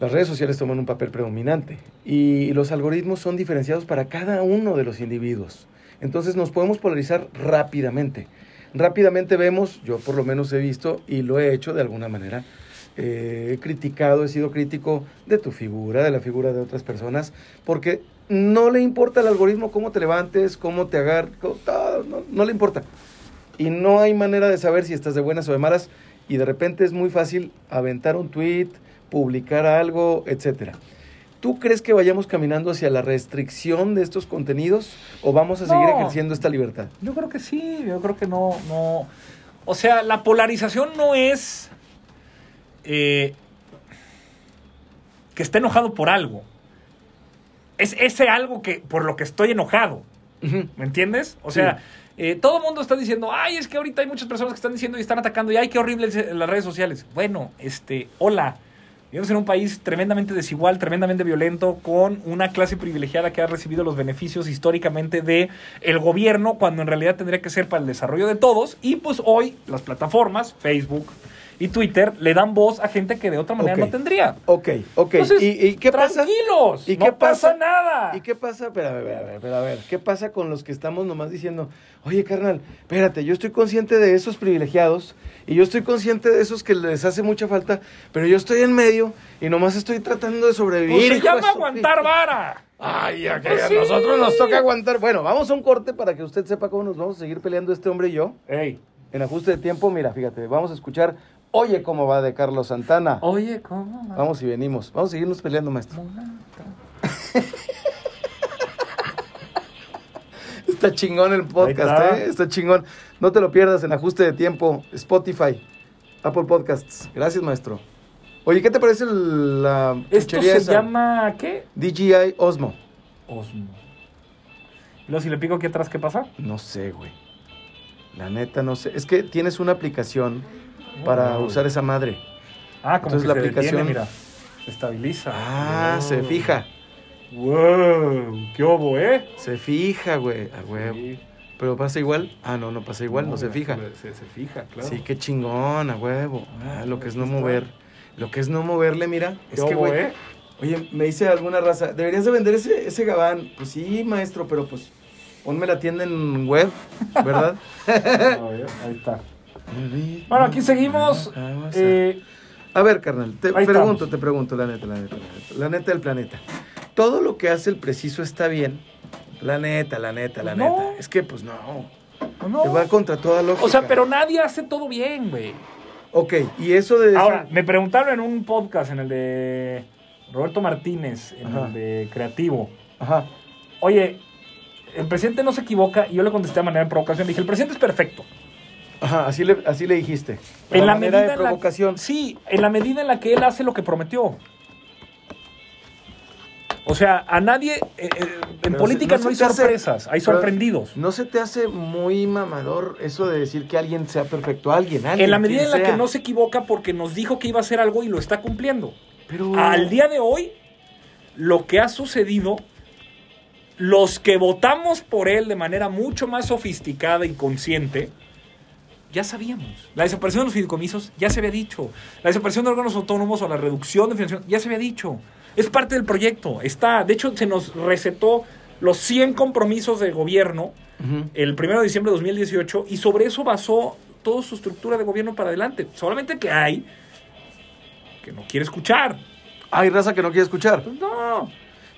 B: las redes sociales toman un papel predominante y los algoritmos son diferenciados para cada uno de los individuos. Entonces nos podemos polarizar rápidamente. Rápidamente vemos, yo por lo menos he visto y lo he hecho de alguna manera, eh, he criticado, he sido crítico de tu figura, de la figura de otras personas, porque no le importa al algoritmo cómo te levantes, cómo te agarres, no, no le importa. Y no hay manera de saber si estás de buenas o de malas y de repente es muy fácil aventar un tweet, publicar algo, etcétera. ¿Tú crees que vayamos caminando hacia la restricción de estos contenidos o vamos a seguir
C: No.
B: ejerciendo esta libertad?
C: Yo creo que sí, yo creo que no, no. O sea, la polarización no es eh, que esté enojado por algo. Es ese algo que por lo que estoy enojado. ¿Me entiendes? O sea, eh, todo el mundo está diciendo, ay, es que ahorita hay muchas personas que están diciendo y están atacando, y ay, qué horrible es, eh, las redes sociales. Bueno, este, hola. Vivimos en un país tremendamente desigual, tremendamente violento, con una clase privilegiada que ha recibido los beneficios históricamente de el gobierno, cuando en realidad tendría que ser para el desarrollo de todos. Y pues hoy las plataformas, Facebook, y Twitter le dan voz a gente que de otra manera
B: Ok.
C: no tendría.
B: Ok, ok.
C: Entonces,
B: ¿Y, y qué pasa?
C: tranquilos,
B: ¿Y
C: no
B: qué
C: pasa
B: pasa?
C: nada.
B: ¿Y qué pasa? Pero a ver, a ver, pero a ver. ¿Qué pasa con los que estamos nomás diciendo, oye, carnal, espérate, yo estoy consciente de esos privilegiados y yo estoy consciente de esos que les hace mucha falta, pero yo estoy en medio y nomás estoy tratando de sobrevivir.
C: Pues se
B: hijo de
C: llama
B: su-
C: aguantar vara.
B: Ay, a que
C: Pues
B: a
C: sí.
B: nosotros nos toca aguantar. Bueno, vamos a un corte para que usted sepa cómo nos vamos a seguir peleando este hombre y yo.
C: Ey.
B: En ajuste de tiempo, mira, fíjate, vamos a escuchar Oye cómo va de Carlos Santana.
C: Oye, ¿cómo? va?
B: Vamos y venimos. Vamos a seguirnos peleando, maestro. Está chingón el podcast,
C: Ahí está.
B: ¿eh? Está chingón. No te lo pierdas en ajuste de tiempo. Spotify, Apple Podcasts. Gracias, maestro. Oye, ¿qué te parece el- la
C: Esto
B: chuchería
C: se
B: esa?
C: llama ¿qué?
B: DJI Osmo.
C: Osmo. Y luego si le pico aquí atrás, ¿qué pasa?
B: No sé, güey. La neta, no sé. Es que tienes una aplicación para
C: Uy.
B: usar esa madre.
C: Ah, como
B: Entonces
C: que
B: la
C: se
B: aplicación-
C: detiene, mira. Estabiliza.
B: Ah,
C: Wow.
B: se fija.
C: Wow, qué obo, ¿eh?
B: Se fija, güey. A huevo.
C: Sí.
B: Pero pasa igual. Ah, no, no pasa igual, no, se
C: mira,
B: fija.
C: Se, se fija, claro.
B: Sí, qué chingón, a huevo. Ah, lo que es no
C: Aquí está.
B: mover. Lo que es no moverle, mira.
C: Qué
B: Es que,
C: obo,
B: güey.
C: ¿eh?
B: Oye, me dice alguna raza, deberías de vender ese, ese gabán. Pues sí, maestro, pero pues ponme la tienda en web, ¿verdad?
C: A ver, ahí está. Bueno, aquí seguimos.
B: Ah, Vamos a-
C: Eh,
B: A ver, carnal, te
C: Ahí
B: pregunto,
C: estamos.
B: te pregunto, la neta, la neta, la neta, la neta del planeta. Todo lo que hace el preciso está bien. La neta, la neta, la
C: No.
B: neta. Es que, pues no.
C: no.
B: Te va contra toda lógica.
C: O sea, pero nadie hace todo bien, güey.
B: Ok, y eso de.
C: Ahora, me preguntaron en un podcast, en el de Roberto Martínez, en
B: Ajá.
C: el de Creativo.
B: Ajá.
C: Oye, el presidente no se equivoca. Y yo le contesté de manera de provocación. Le dije, el presidente es perfecto.
B: Ajá, así le, así le dijiste.
C: En la,
B: manera
C: medida
B: de provocación.
C: En la, sí, en la medida en la que él hace lo que prometió. O sea, a nadie. eh, eh, en
B: Pero
C: política
B: se-
C: no, hay
B: se te hace-
C: sorpresas, hay
B: pero
C: sorprendidos.
B: ¿No se te hace muy mamador eso de decir que alguien sea perfecto? Alguien, alguien.
C: en la medida
B: quien
C: en la
B: sea.
C: que no se equivoca porque nos dijo que iba a hacer algo y lo está cumpliendo.
B: Pero.
C: Al día de hoy, lo que ha sucedido, los que votamos por él de manera mucho más sofisticada y consciente, ya sabíamos. La desaparición de los fideicomisos ya se había dicho. La desaparición de órganos autónomos o la reducción de financiación ya se había dicho. Es parte del proyecto. Está, de hecho, se nos recetó los 100 compromisos de gobierno
B: Ujú.
C: el 1 de diciembre de 2018 y sobre eso basó toda su estructura de gobierno para adelante. Solamente que hay que no quiere escuchar.
B: Hay raza que no quiere escuchar.
C: Pues no.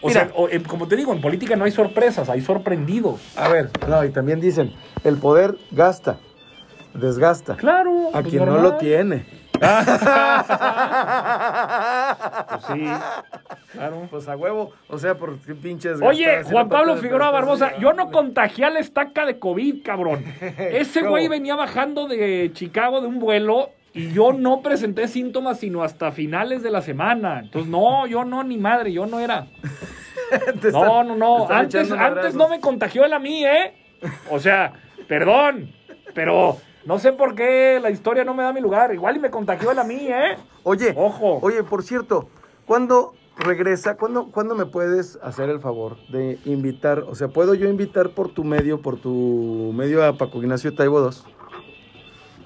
C: O
B: Mira.
C: sea, o, eh, como te digo, en política no hay sorpresas, hay sorprendidos.
B: A ver, no, y también dicen, el poder gasta, desgasta.
C: Claro.
B: A quien no lo tiene.
C: Pues sí. Claro.
B: Pues a huevo, o sea, por qué pinches.
C: Oye, Juan Pablo Figueroa Barbosa, yo no contagié a la estaca de COVID, cabrón. Ese
B: ¿Cómo?
C: güey venía bajando de Chicago de un vuelo y yo no presenté síntomas sino hasta finales de la semana. Entonces, no, yo no, ni madre, yo no era. No, no, no. Antes, antes no me contagió él a mí, ¿eh? O sea, perdón, pero no sé por qué la historia no me da mi lugar. Igual y me contagió él a mí, ¿eh?
B: Oye,
C: Ojo.
B: Oye, por cierto, ¿cuándo regresa? ¿Cuándo, ¿Cuándo me puedes hacer el favor de invitar? O sea, ¿puedo yo invitar por tu medio, por tu medio a Paco Ignacio Taibo 2?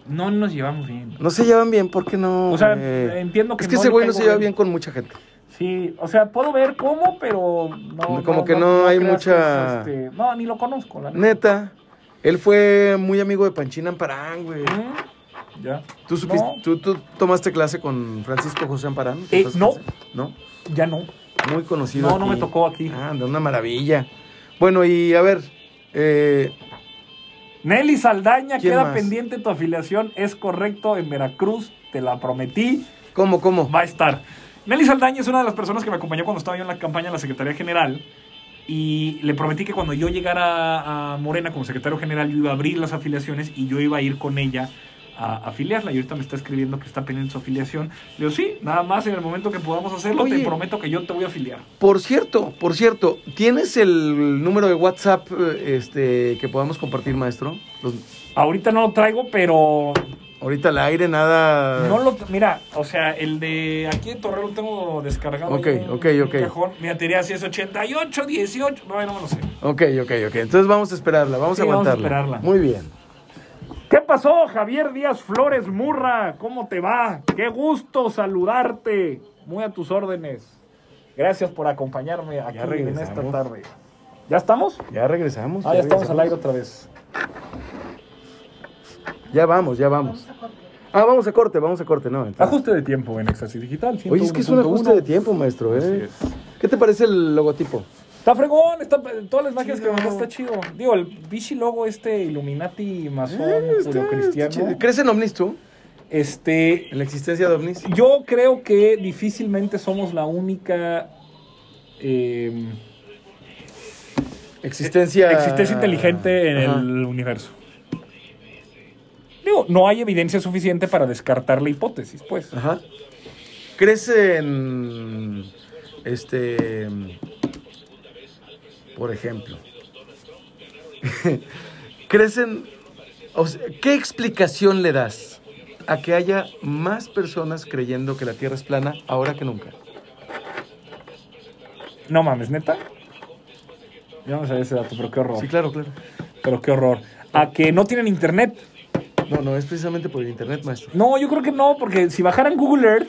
C: No nos llevamos bien.
B: No se llevan bien, ¿por qué no?
C: O sea,
B: güey?
C: entiendo que
B: Es que
C: no
B: ese
C: le
B: güey no
C: caigo
B: se lleva
C: bien.
B: bien con mucha gente.
C: Sí, o sea, puedo ver cómo, pero no.
B: Como que no hay
C: creas que es,
B: mucha-
C: este, No, ni lo conozco, la neta.
B: Neta, él fue muy amigo de Panchín Amparán, güey.
C: Mm, Ya.
B: ¿Tú, supiste-
C: No,
B: tú, tú tomaste clase con Francisco José Amparán?
C: Eh,
B: ¿Entonces
C: no.
B: clase? ¿No?
C: ya no.
B: Muy conocido.
C: No, no me tocó aquí.
B: Ah, de una maravilla. Bueno, y a ver, eh,
C: Nelly Saldaña,
B: ¿Quién
C: queda
B: más?
C: pendiente tu afiliación. Es correcto en Veracruz, te la prometí.
B: ¿cómo, cómo?
C: va a estar. Nelly Saldaña es una de las personas que me acompañó cuando estaba yo en la campaña de la Secretaría General y le prometí que cuando yo llegara a Morena como secretario general yo iba a abrir las afiliaciones y yo iba a ir con ella a afiliarla. Y ahorita me está escribiendo que está pendiente su afiliación. Le digo, sí, nada más en el momento que podamos hacerlo te
B: Oye.
C: prometo que yo te voy a afiliar.
B: Por cierto, por cierto, ¿tienes el número de WhatsApp eh, este, que podamos compartir, maestro? Los-
C: Ahorita no lo traigo, pero
B: ahorita al aire, nada.
C: no lo... Mira, o sea, el de aquí de Torreón lo tengo descargado.
B: Ok,
C: ahí en
B: ok,
C: un
B: ok.
C: cajón. Mira, te diría si es 88, 18, no, no me lo sé.
B: Ok, ok, ok. Entonces vamos a esperarla, vamos
C: Sí,
B: a
C: vamos a
B: aguantarla.
C: esperarla.
B: Muy bien.
C: ¿Qué pasó, Javier Díaz Flores Murra? ¿Cómo te va? Qué gusto saludarte. Muy a tus órdenes. Gracias por acompañarme aquí en
B: regresamos.
C: esta tarde. ¿Ya estamos?
B: Ya regresamos.
C: Ah, ya estamos al
B: regresamos.
C: aire otra vez.
B: Ya vamos, ya vamos. Ah, vamos a corte, vamos a corte, no. entonces.
C: Ajuste de tiempo en Éxtasis Digital.
B: Oye, es que es un ajuste de tiempo, maestro, ¿eh?
C: Así es.
B: ¿Qué te parece el logotipo?
C: Está fregón, está, todas las magias que
B: Chido.
C: mandaste está chido. Digo, el bichi logo este Illuminati masón judeocristiano.
B: chido. ¿Crees en ovnis tú?
C: Este,
B: ¿En la existencia de ovnis?
C: yo creo que difícilmente somos la única eh,
B: Existencia...
C: existencia inteligente en
B: Ajá.
C: el universo. Digo, no hay evidencia suficiente para descartar la hipótesis, pues.
B: Ajá. ¿Crees en... Este... Por ejemplo. ¿Crees en... o sea, ¿Qué explicación le das a que haya más personas creyendo que la Tierra es plana ahora que nunca?
C: No mames, neta. Yo no sabía ese dato, pero qué horror.
B: Sí, claro, claro.
C: Pero qué horror. A que no tienen internet.
B: No, no, es precisamente por el internet, maestro.
C: No, yo creo que no, porque si bajaran Google Earth,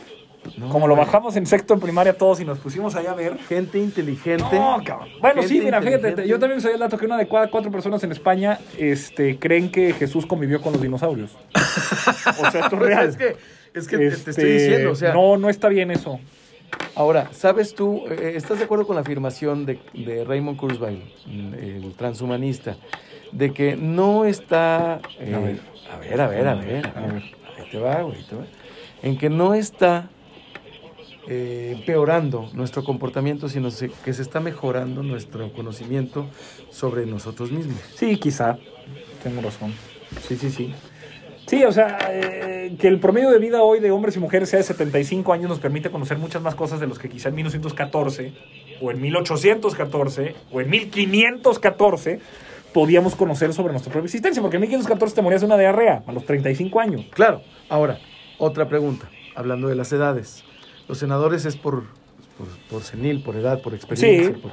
B: No,
C: como lo
B: güey.
C: bajamos en sexto en primaria todos y nos pusimos allá a ver.
B: Gente inteligente.
C: No, cabrón. Bueno, sí,
B: Gente
C: mira, fíjate,
B: inteligente.
C: te- yo también sabía el dato que una de cada cuatro personas en España este, creen que Jesús convivió con los dinosaurios. o sea, esto es real.
B: Es que, es que te- te
C: Este,
B: estoy diciendo, o sea.
C: No, no está bien eso.
B: Ahora, ¿sabes tú, eh, estás de acuerdo con la afirmación de, de Raymond Kurzweil, mm, el transhumanista, de que no está. eh,
C: A ver.
B: a ver, a ver, a ver, a
C: A
B: ver.
C: ver.
B: Ahí te va, güey, ahí te va. En que no está eh, empeorando nuestro comportamiento, sino se- que se está mejorando nuestro conocimiento sobre nosotros mismos.
C: Sí, quizá. Tengo razón.
B: Sí, sí, sí.
C: Sí, o sea, eh, que el promedio de vida hoy de hombres y mujeres sea de 75 años nos permite conocer muchas más cosas de los que quizá en 1914 o en 1814 o en 1514 podíamos conocer sobre nuestra propia existencia, porque en 1514 te morías de una diarrea a los 35 años.
B: Claro. Ahora, otra pregunta, hablando de las edades. Los senadores es por, por, por senil, por edad, por experiencia.
C: Sí.
B: por-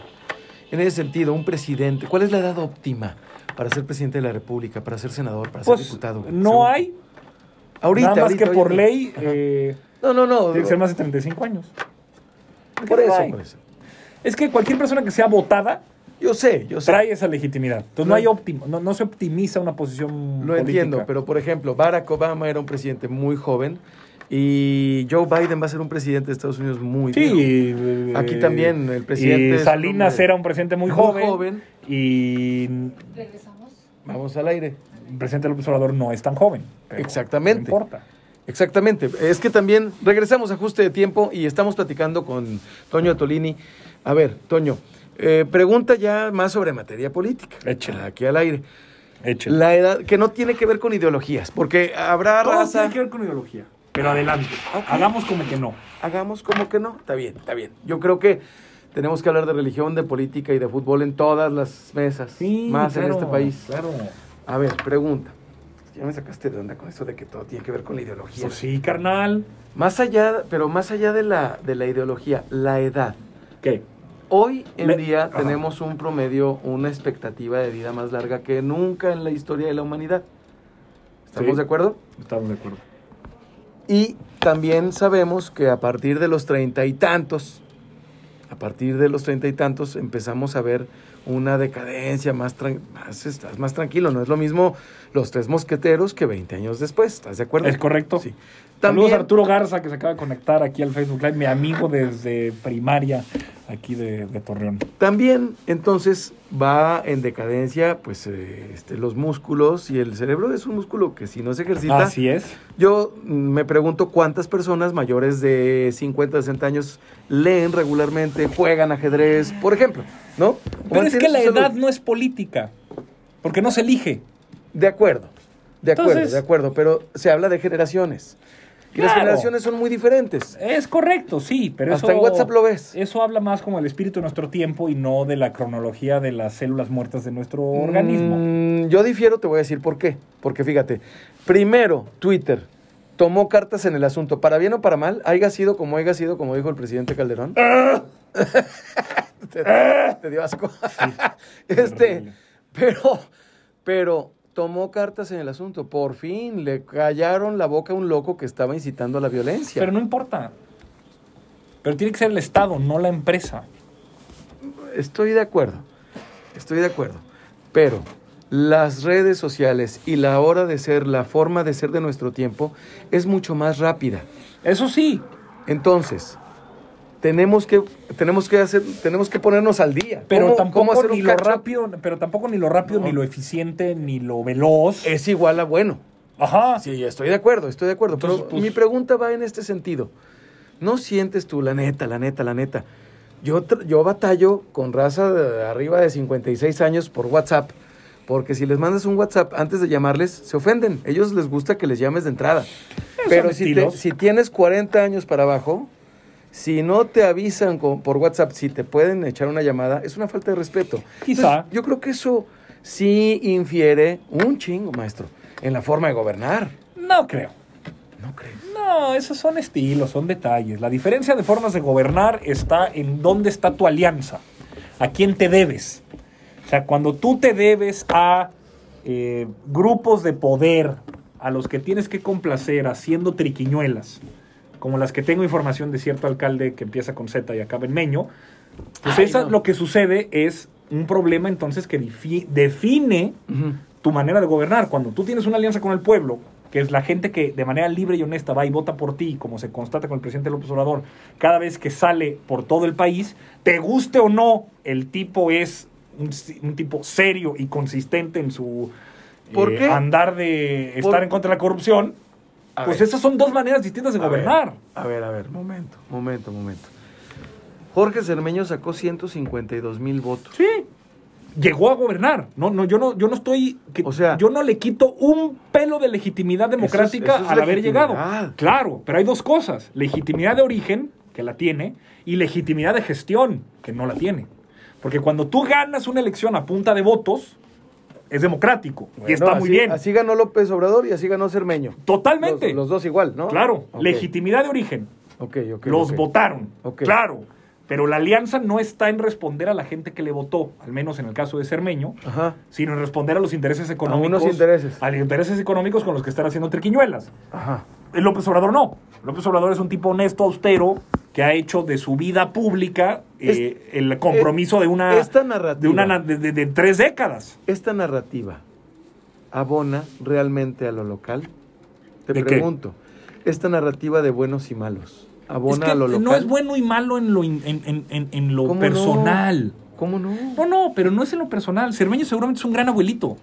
B: en ese sentido, un presidente, ¿cuál es la edad óptima para ser presidente de la República, para ser senador, para ser
C: Pues
B: diputado? güey?
C: no
B: Según-
C: hay,
B: Ahorita,
C: nada más
B: ahorita,
C: que por
B: ahorita.
C: ley
B: Ajá.
C: eh,
B: No, no, no.
C: tiene que ser más de 35 años. ¿Por qué
B: por
C: no
B: eso,
C: hay?
B: por eso.
C: Es que cualquier persona que sea votada
B: Yo sé, yo sé.
C: trae esa legitimidad. Entonces
B: Lo-
C: no, hay óptimo, no, no se optimiza una posición
B: Lo entiendo,
C: política.
B: pero por ejemplo, Barack Obama era un presidente muy joven y Joe Biden va a ser un presidente de Estados Unidos muy viejo.
C: Sí, eh,
B: Aquí también el presidente
C: y
B: es un
C: Salinas
B: hombre
C: era un presidente muy,
B: muy
C: joven,
B: joven.
C: Y
D: Regresamos.
B: Vamos al aire.
C: el presidente López Obrador no es tan joven. pero
B: Exactamente.
C: No importa.
B: Exactamente. Es que también regresamos a ajuste de tiempo y estamos platicando con Toño Tolini. A ver, Toño, eh, pregunta ya más sobre materia política.
C: Échale.
B: Aquí al aire.
C: Échale.
B: La edad, que no tiene que ver con ideologías, porque habrá
C: Todo
B: raza.
C: tiene que ver con ideología. Pero adelante. Hagamos como que no.
B: Hagamos como que no. Está bien, está bien. Yo creo que tenemos que hablar de religión, de política y de fútbol en todas las mesas. más en
C: claro,
B: este país.
C: Claro.
B: A ver, pregunta. Ya me sacaste de onda con eso de que todo tiene que ver con la ideología.
C: Pues sí, carnal.
B: Más allá, pero más allá de la, de la ideología, la edad.
C: ¿Qué?
B: Hoy en
C: Me-
B: día
C: Ajá.
B: tenemos un promedio, una expectativa de vida más larga que nunca en la historia de la humanidad. ¿Estamos
C: Sí.
B: de acuerdo?
C: Estamos de acuerdo.
B: Y también sabemos que a partir de los treinta y tantos, a partir de los treinta y tantos empezamos a ver una decadencia más, tran- más, estás más tranquilo. No es lo mismo los tres mosqueteros que 20 años después. ¿Estás de acuerdo?
C: Es correcto.
B: Sí.
C: Saludos
B: También,
C: a Arturo Garza que se acaba de conectar aquí al Facebook Live, mi amigo desde primaria aquí de, de Torreón.
B: También, entonces, va en decadencia, pues, eh, este, los músculos y el cerebro es un músculo que si no se ejercita...
C: Así es.
B: Yo mm, me pregunto cuántas personas mayores de 50, 60 años leen regularmente, juegan ajedrez, por ejemplo, ¿no? O
C: Pero es
B: mantienen
C: que
B: su
C: la
B: salud.
C: edad no es política, porque no se elige.
B: De acuerdo, de acuerdo,
C: Entonces-
B: de acuerdo, pero se habla de generaciones. Y las
C: Claro.
B: generaciones son muy diferentes.
C: Es correcto, sí, pero
B: Hasta
C: eso-
B: en WhatsApp lo ves.
C: Eso habla más como el espíritu de nuestro tiempo y no de la cronología de las células muertas de nuestro organismo.
B: Mm, yo difiero, te voy a decir por qué. Porque fíjate, primero Twitter tomó cartas en el asunto, para bien o para mal, haya sido como haya sido, como dijo el presidente Calderón.
C: Ah.
B: te, te dio asco. este,
C: Terrible.
B: pero, pero tomó cartas en el asunto. Por fin le callaron la boca a un loco que estaba incitando a la violencia.
C: Pero no importa. Pero tiene que ser el Estado, no la empresa.
B: Estoy de acuerdo. Estoy de acuerdo. Pero las redes sociales y la hora de ser, la forma de ser de nuestro tiempo es mucho más rápida.
C: Eso sí,
B: Entonces, tenemos que tenemos que hacer tenemos que ponernos al día.
C: pero
B: ¿Cómo-
C: tampoco
B: cómo hacer un
C: ni lo
B: catch-up?
C: rápido, pero tampoco ni lo rápido,
B: No.
C: ni lo eficiente, ni lo veloz.
B: es igual a bueno.
C: Ajá.
B: Sí, estoy de acuerdo, estoy de acuerdo. pero
C: Entonces, pues-
B: mi pregunta va en este sentido. ¿No sientes tú, la neta, la neta, la neta? Yo, tr- yo batallo con raza de arriba de 56 años por WhatsApp, porque si les mandas un WhatsApp antes de llamarles, se ofenden. Ellos les gusta que les llames de entrada. Pero si, te-
C: estilos.
B: si tienes 40 años para abajo, si no te avisan con- por WhatsApp, si te pueden echar una llamada, es una falta de respeto.
C: Quizá.
B: Entonces, yo creo que eso sí infiere un chingo, maestro, en la forma de gobernar.
C: No creo.
B: No crees.
C: No, esos son estilos, son detalles. La diferencia de formas de gobernar está en dónde está tu alianza, a quién te debes. O sea, cuando tú te debes a eh, grupos de poder a los que tienes que complacer haciendo triquiñuelas, como las que tengo información de cierto alcalde que empieza con Z y acaba en Meño, pues
B: Ay,
C: esa,
B: no.
C: lo que sucede es un problema entonces que difi- define tu manera de gobernar. Cuando tú tienes una alianza con el pueblo, que es la gente que de manera libre y honesta va y vota por ti, como se constata con el presidente López Obrador, cada vez que sale por todo el país, te guste o no, el tipo es un, si- un tipo serio y consistente en su eh,
B: ¿Por qué?
C: andar de estar
B: Por-
C: en contra de la corrupción.
B: A
C: pues
B: ver.
C: esas son dos maneras distintas de gobernar.
B: A ver, a ver, momento, momento, momento. Jorge Cermeño sacó 152 mil votos.
C: Sí. Llegó a gobernar. No, no, yo no, yo no estoy. que-
B: O sea-
C: yo no le quito un pelo de legitimidad democrática
B: eso es
C: al haber llegado.
B: legitimidad.
C: Claro, pero hay dos cosas: legitimidad de origen, que la tiene, y legitimidad de gestión, que no la tiene. Porque cuando tú ganas una elección a punta de votos, es democrático y
B: Bueno,
C: está muy
B: así-
C: bien.
B: Así ganó López Obrador y así ganó Cermeño.
C: Totalmente.
B: Los, los dos igual, ¿no?
C: Claro,
B: Ok,
C: legitimidad de origen.
B: Ok, ok.
C: Los
B: ok.
C: votaron.
B: Ok.
C: Claro. Pero la alianza no está en responder a la gente que le votó, al menos en el caso de Cermeño,
B: Ajá.
C: sino en responder a los intereses económicos.
B: unos intereses.
C: A los intereses económicos con los que están haciendo triquiñuelas.
B: Ajá.
C: El López Obrador no. López Obrador es un tipo honesto, austero, que ha hecho de su vida pública eh, el compromiso de una.
B: esta narrativa-
C: De, una, na- de, de- de tres décadas.
B: ¿Esta narrativa abona realmente a lo local? Te
C: ¿De qué?
B: pregunto. ¿Esta narrativa de buenos y malos abona
C: Es que
B: a lo local?
C: no es bueno y malo en lo, in- en- en- en- en lo
B: ¿Cómo no?
C: personal.
B: ¿Cómo no?
C: No, no, pero no es en lo personal. Cermeño seguramente es un gran abuelito.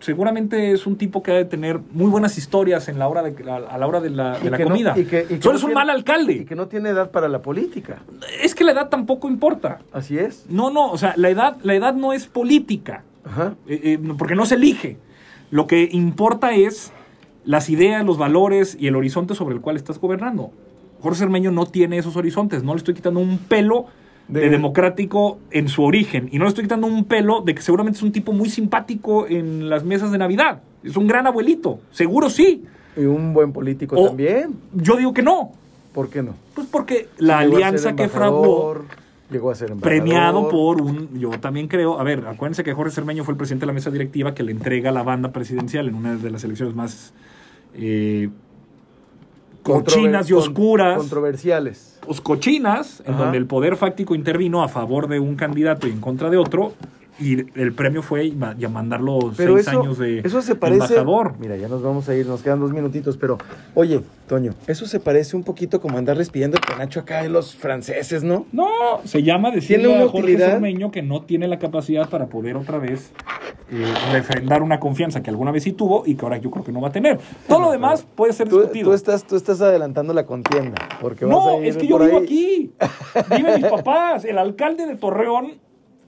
C: Seguramente es un tipo que ha de tener muy buenas historias en la hora de, a, a la hora de la, de
B: Y
C: la
B: que no-
C: comida.
B: y que- y que
C: Solo
B: no
C: es un
B: tiene-
C: mal alcalde.
B: Y que no tiene edad para la política.
C: Es que la edad tampoco importa.
B: Así es.
C: No, no, o sea, la edad, la edad no es política,
B: Ajá.
C: eh, eh, porque no se elige. Lo que importa es las ideas, los valores y el horizonte sobre el cual estás gobernando. Jorge Cermeño no tiene esos horizontes, no le estoy quitando un pelo de,
B: De-
C: democrático en su origen y no le estoy quitando un pelo de que seguramente es un tipo muy simpático en las mesas de Navidad. Es un gran abuelito, seguro sí.
B: Y un buen político
C: O-
B: también.
C: Yo digo que no,
B: ¿Por qué no?
C: pues porque la
B: Llegó a ser
C: alianza que fraguó
B: embajador, Llegó a ser embajador.
C: premiado por un, yo también creo, a ver, acuérdense que Jorge Cermeño fue el presidente de la mesa directiva que le entrega la banda presidencial en una de las elecciones más eh,
B: Controver-
C: cochinas y
B: con-
C: oscuras,
B: Controversiales.
C: os- cochinas, en
B: Ajá.
C: donde el poder fáctico intervino a favor de un candidato y en contra de otro, y el premio fue ma- ya mandarlo
B: Pero
C: seis
B: eso,
C: años de
B: eso se parece.
C: embajador.
B: Mira, ya nos vamos a ir, nos quedan dos minutitos, pero oye, Toño, eso se parece un poquito como andarles pidiendo el penacho acá de los franceses, ¿no?
C: No, se llama decirle
B: Tiene una
C: a Jorge
B: utilidad.
C: Cermeño que no tiene la capacidad para poder otra vez eh, refrendar una confianza que alguna vez sí tuvo y que ahora yo creo que no va a tener. Todo lo demás puede ser
B: Tú,
C: discutido.
B: tú estás, tú estás adelantando la contienda. Porque vas
C: no,
B: a ir
C: es que yo
B: por
C: vivo
B: ahí.
C: aquí. Viven mis papás. El alcalde de Torreón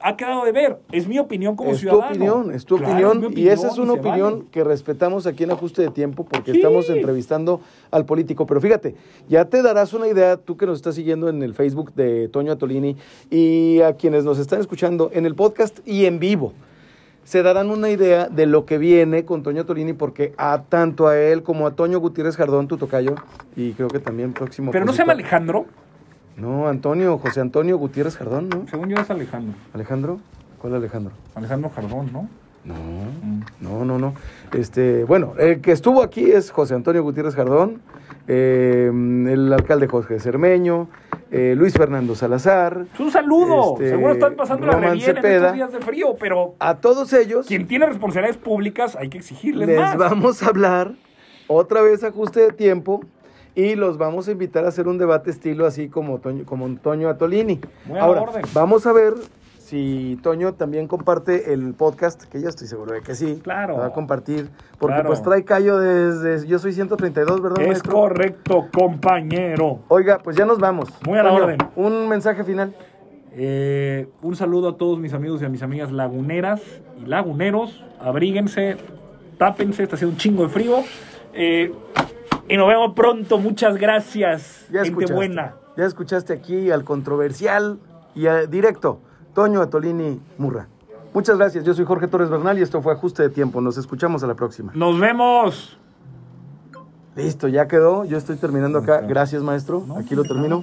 C: ha quedado de ver. Es mi opinión como
B: es
C: ciudadano.
B: tu opinión, es tu
C: Claro,
B: opinión,
C: es mi
B: y esa es
C: y
B: una
C: se vale.
B: opinión que respetamos aquí en Ajuste de Tiempo porque
C: Sí.
B: estamos entrevistando al político. Pero fíjate, ya te darás una idea, tú que nos estás siguiendo en el Facebook de Toño Atolini y a quienes nos están escuchando en el podcast y en vivo. Se darán una idea de lo que viene con Toño Atolini porque a tanto a él como a Toño Gutiérrez Jardón, tu tocayo, y creo que también próximo.
C: Pero no se llama
B: opositor.
C: Alejandro.
B: No, Antonio, José Antonio Gutiérrez Jardón, ¿no?
C: Según yo es Alejandro.
B: Alejandro, ¿cuál Alejandro?
C: Alejandro Jardón, ¿no? Mm.
B: No, no, no, no. Este, bueno, el que estuvo aquí es José Antonio Gutiérrez Jardón, eh, el alcalde Jorge Cermeño, eh, Luis Fernando Salazar.
C: Es un saludo.
B: Este,
C: Seguro están pasando la
B: Roman
C: bien en
B: Cepeda.
C: estos días de frío, pero
B: A todos ellos
C: quien tiene responsabilidades públicas hay que exigirles
B: les
C: más.
B: vamos a hablar otra vez ajuste de tiempo y los vamos a invitar a hacer un debate estilo así como Toño, como un Toño Atolini.
C: Muy a la
B: Ahora,
C: orden.
B: vamos a ver si Toño también comparte el podcast, que yo estoy seguro de que sí.
C: Claro.
B: lo Va a compartir, porque
C: Claro.
B: pues trae callo desde... Yo soy 132, ¿verdad,
C: Es
B: maestro?
C: correcto, compañero.
B: Oiga, pues ya nos vamos.
C: Muy a la
B: Toño,
C: orden.
B: Un mensaje final.
C: Eh, un saludo a todos mis amigos y a mis amigas laguneras y laguneros. Abríguense, tápense, está haciendo un chingo de frío. Eh, y nos vemos pronto. Muchas gracias.
B: Ya
C: gente
B: escuchaste.
C: buena.
B: Ya escuchaste aquí al controversial y a- directo, Toño Atolini Murra. Muchas gracias. Yo soy Jorge Torres Bernal y esto fue Ajuste de Tiempo. Nos escuchamos a la próxima.
C: Nos vemos.
B: Listo, ya quedó. Yo estoy terminando acá. Gracias, maestro. Aquí lo termino.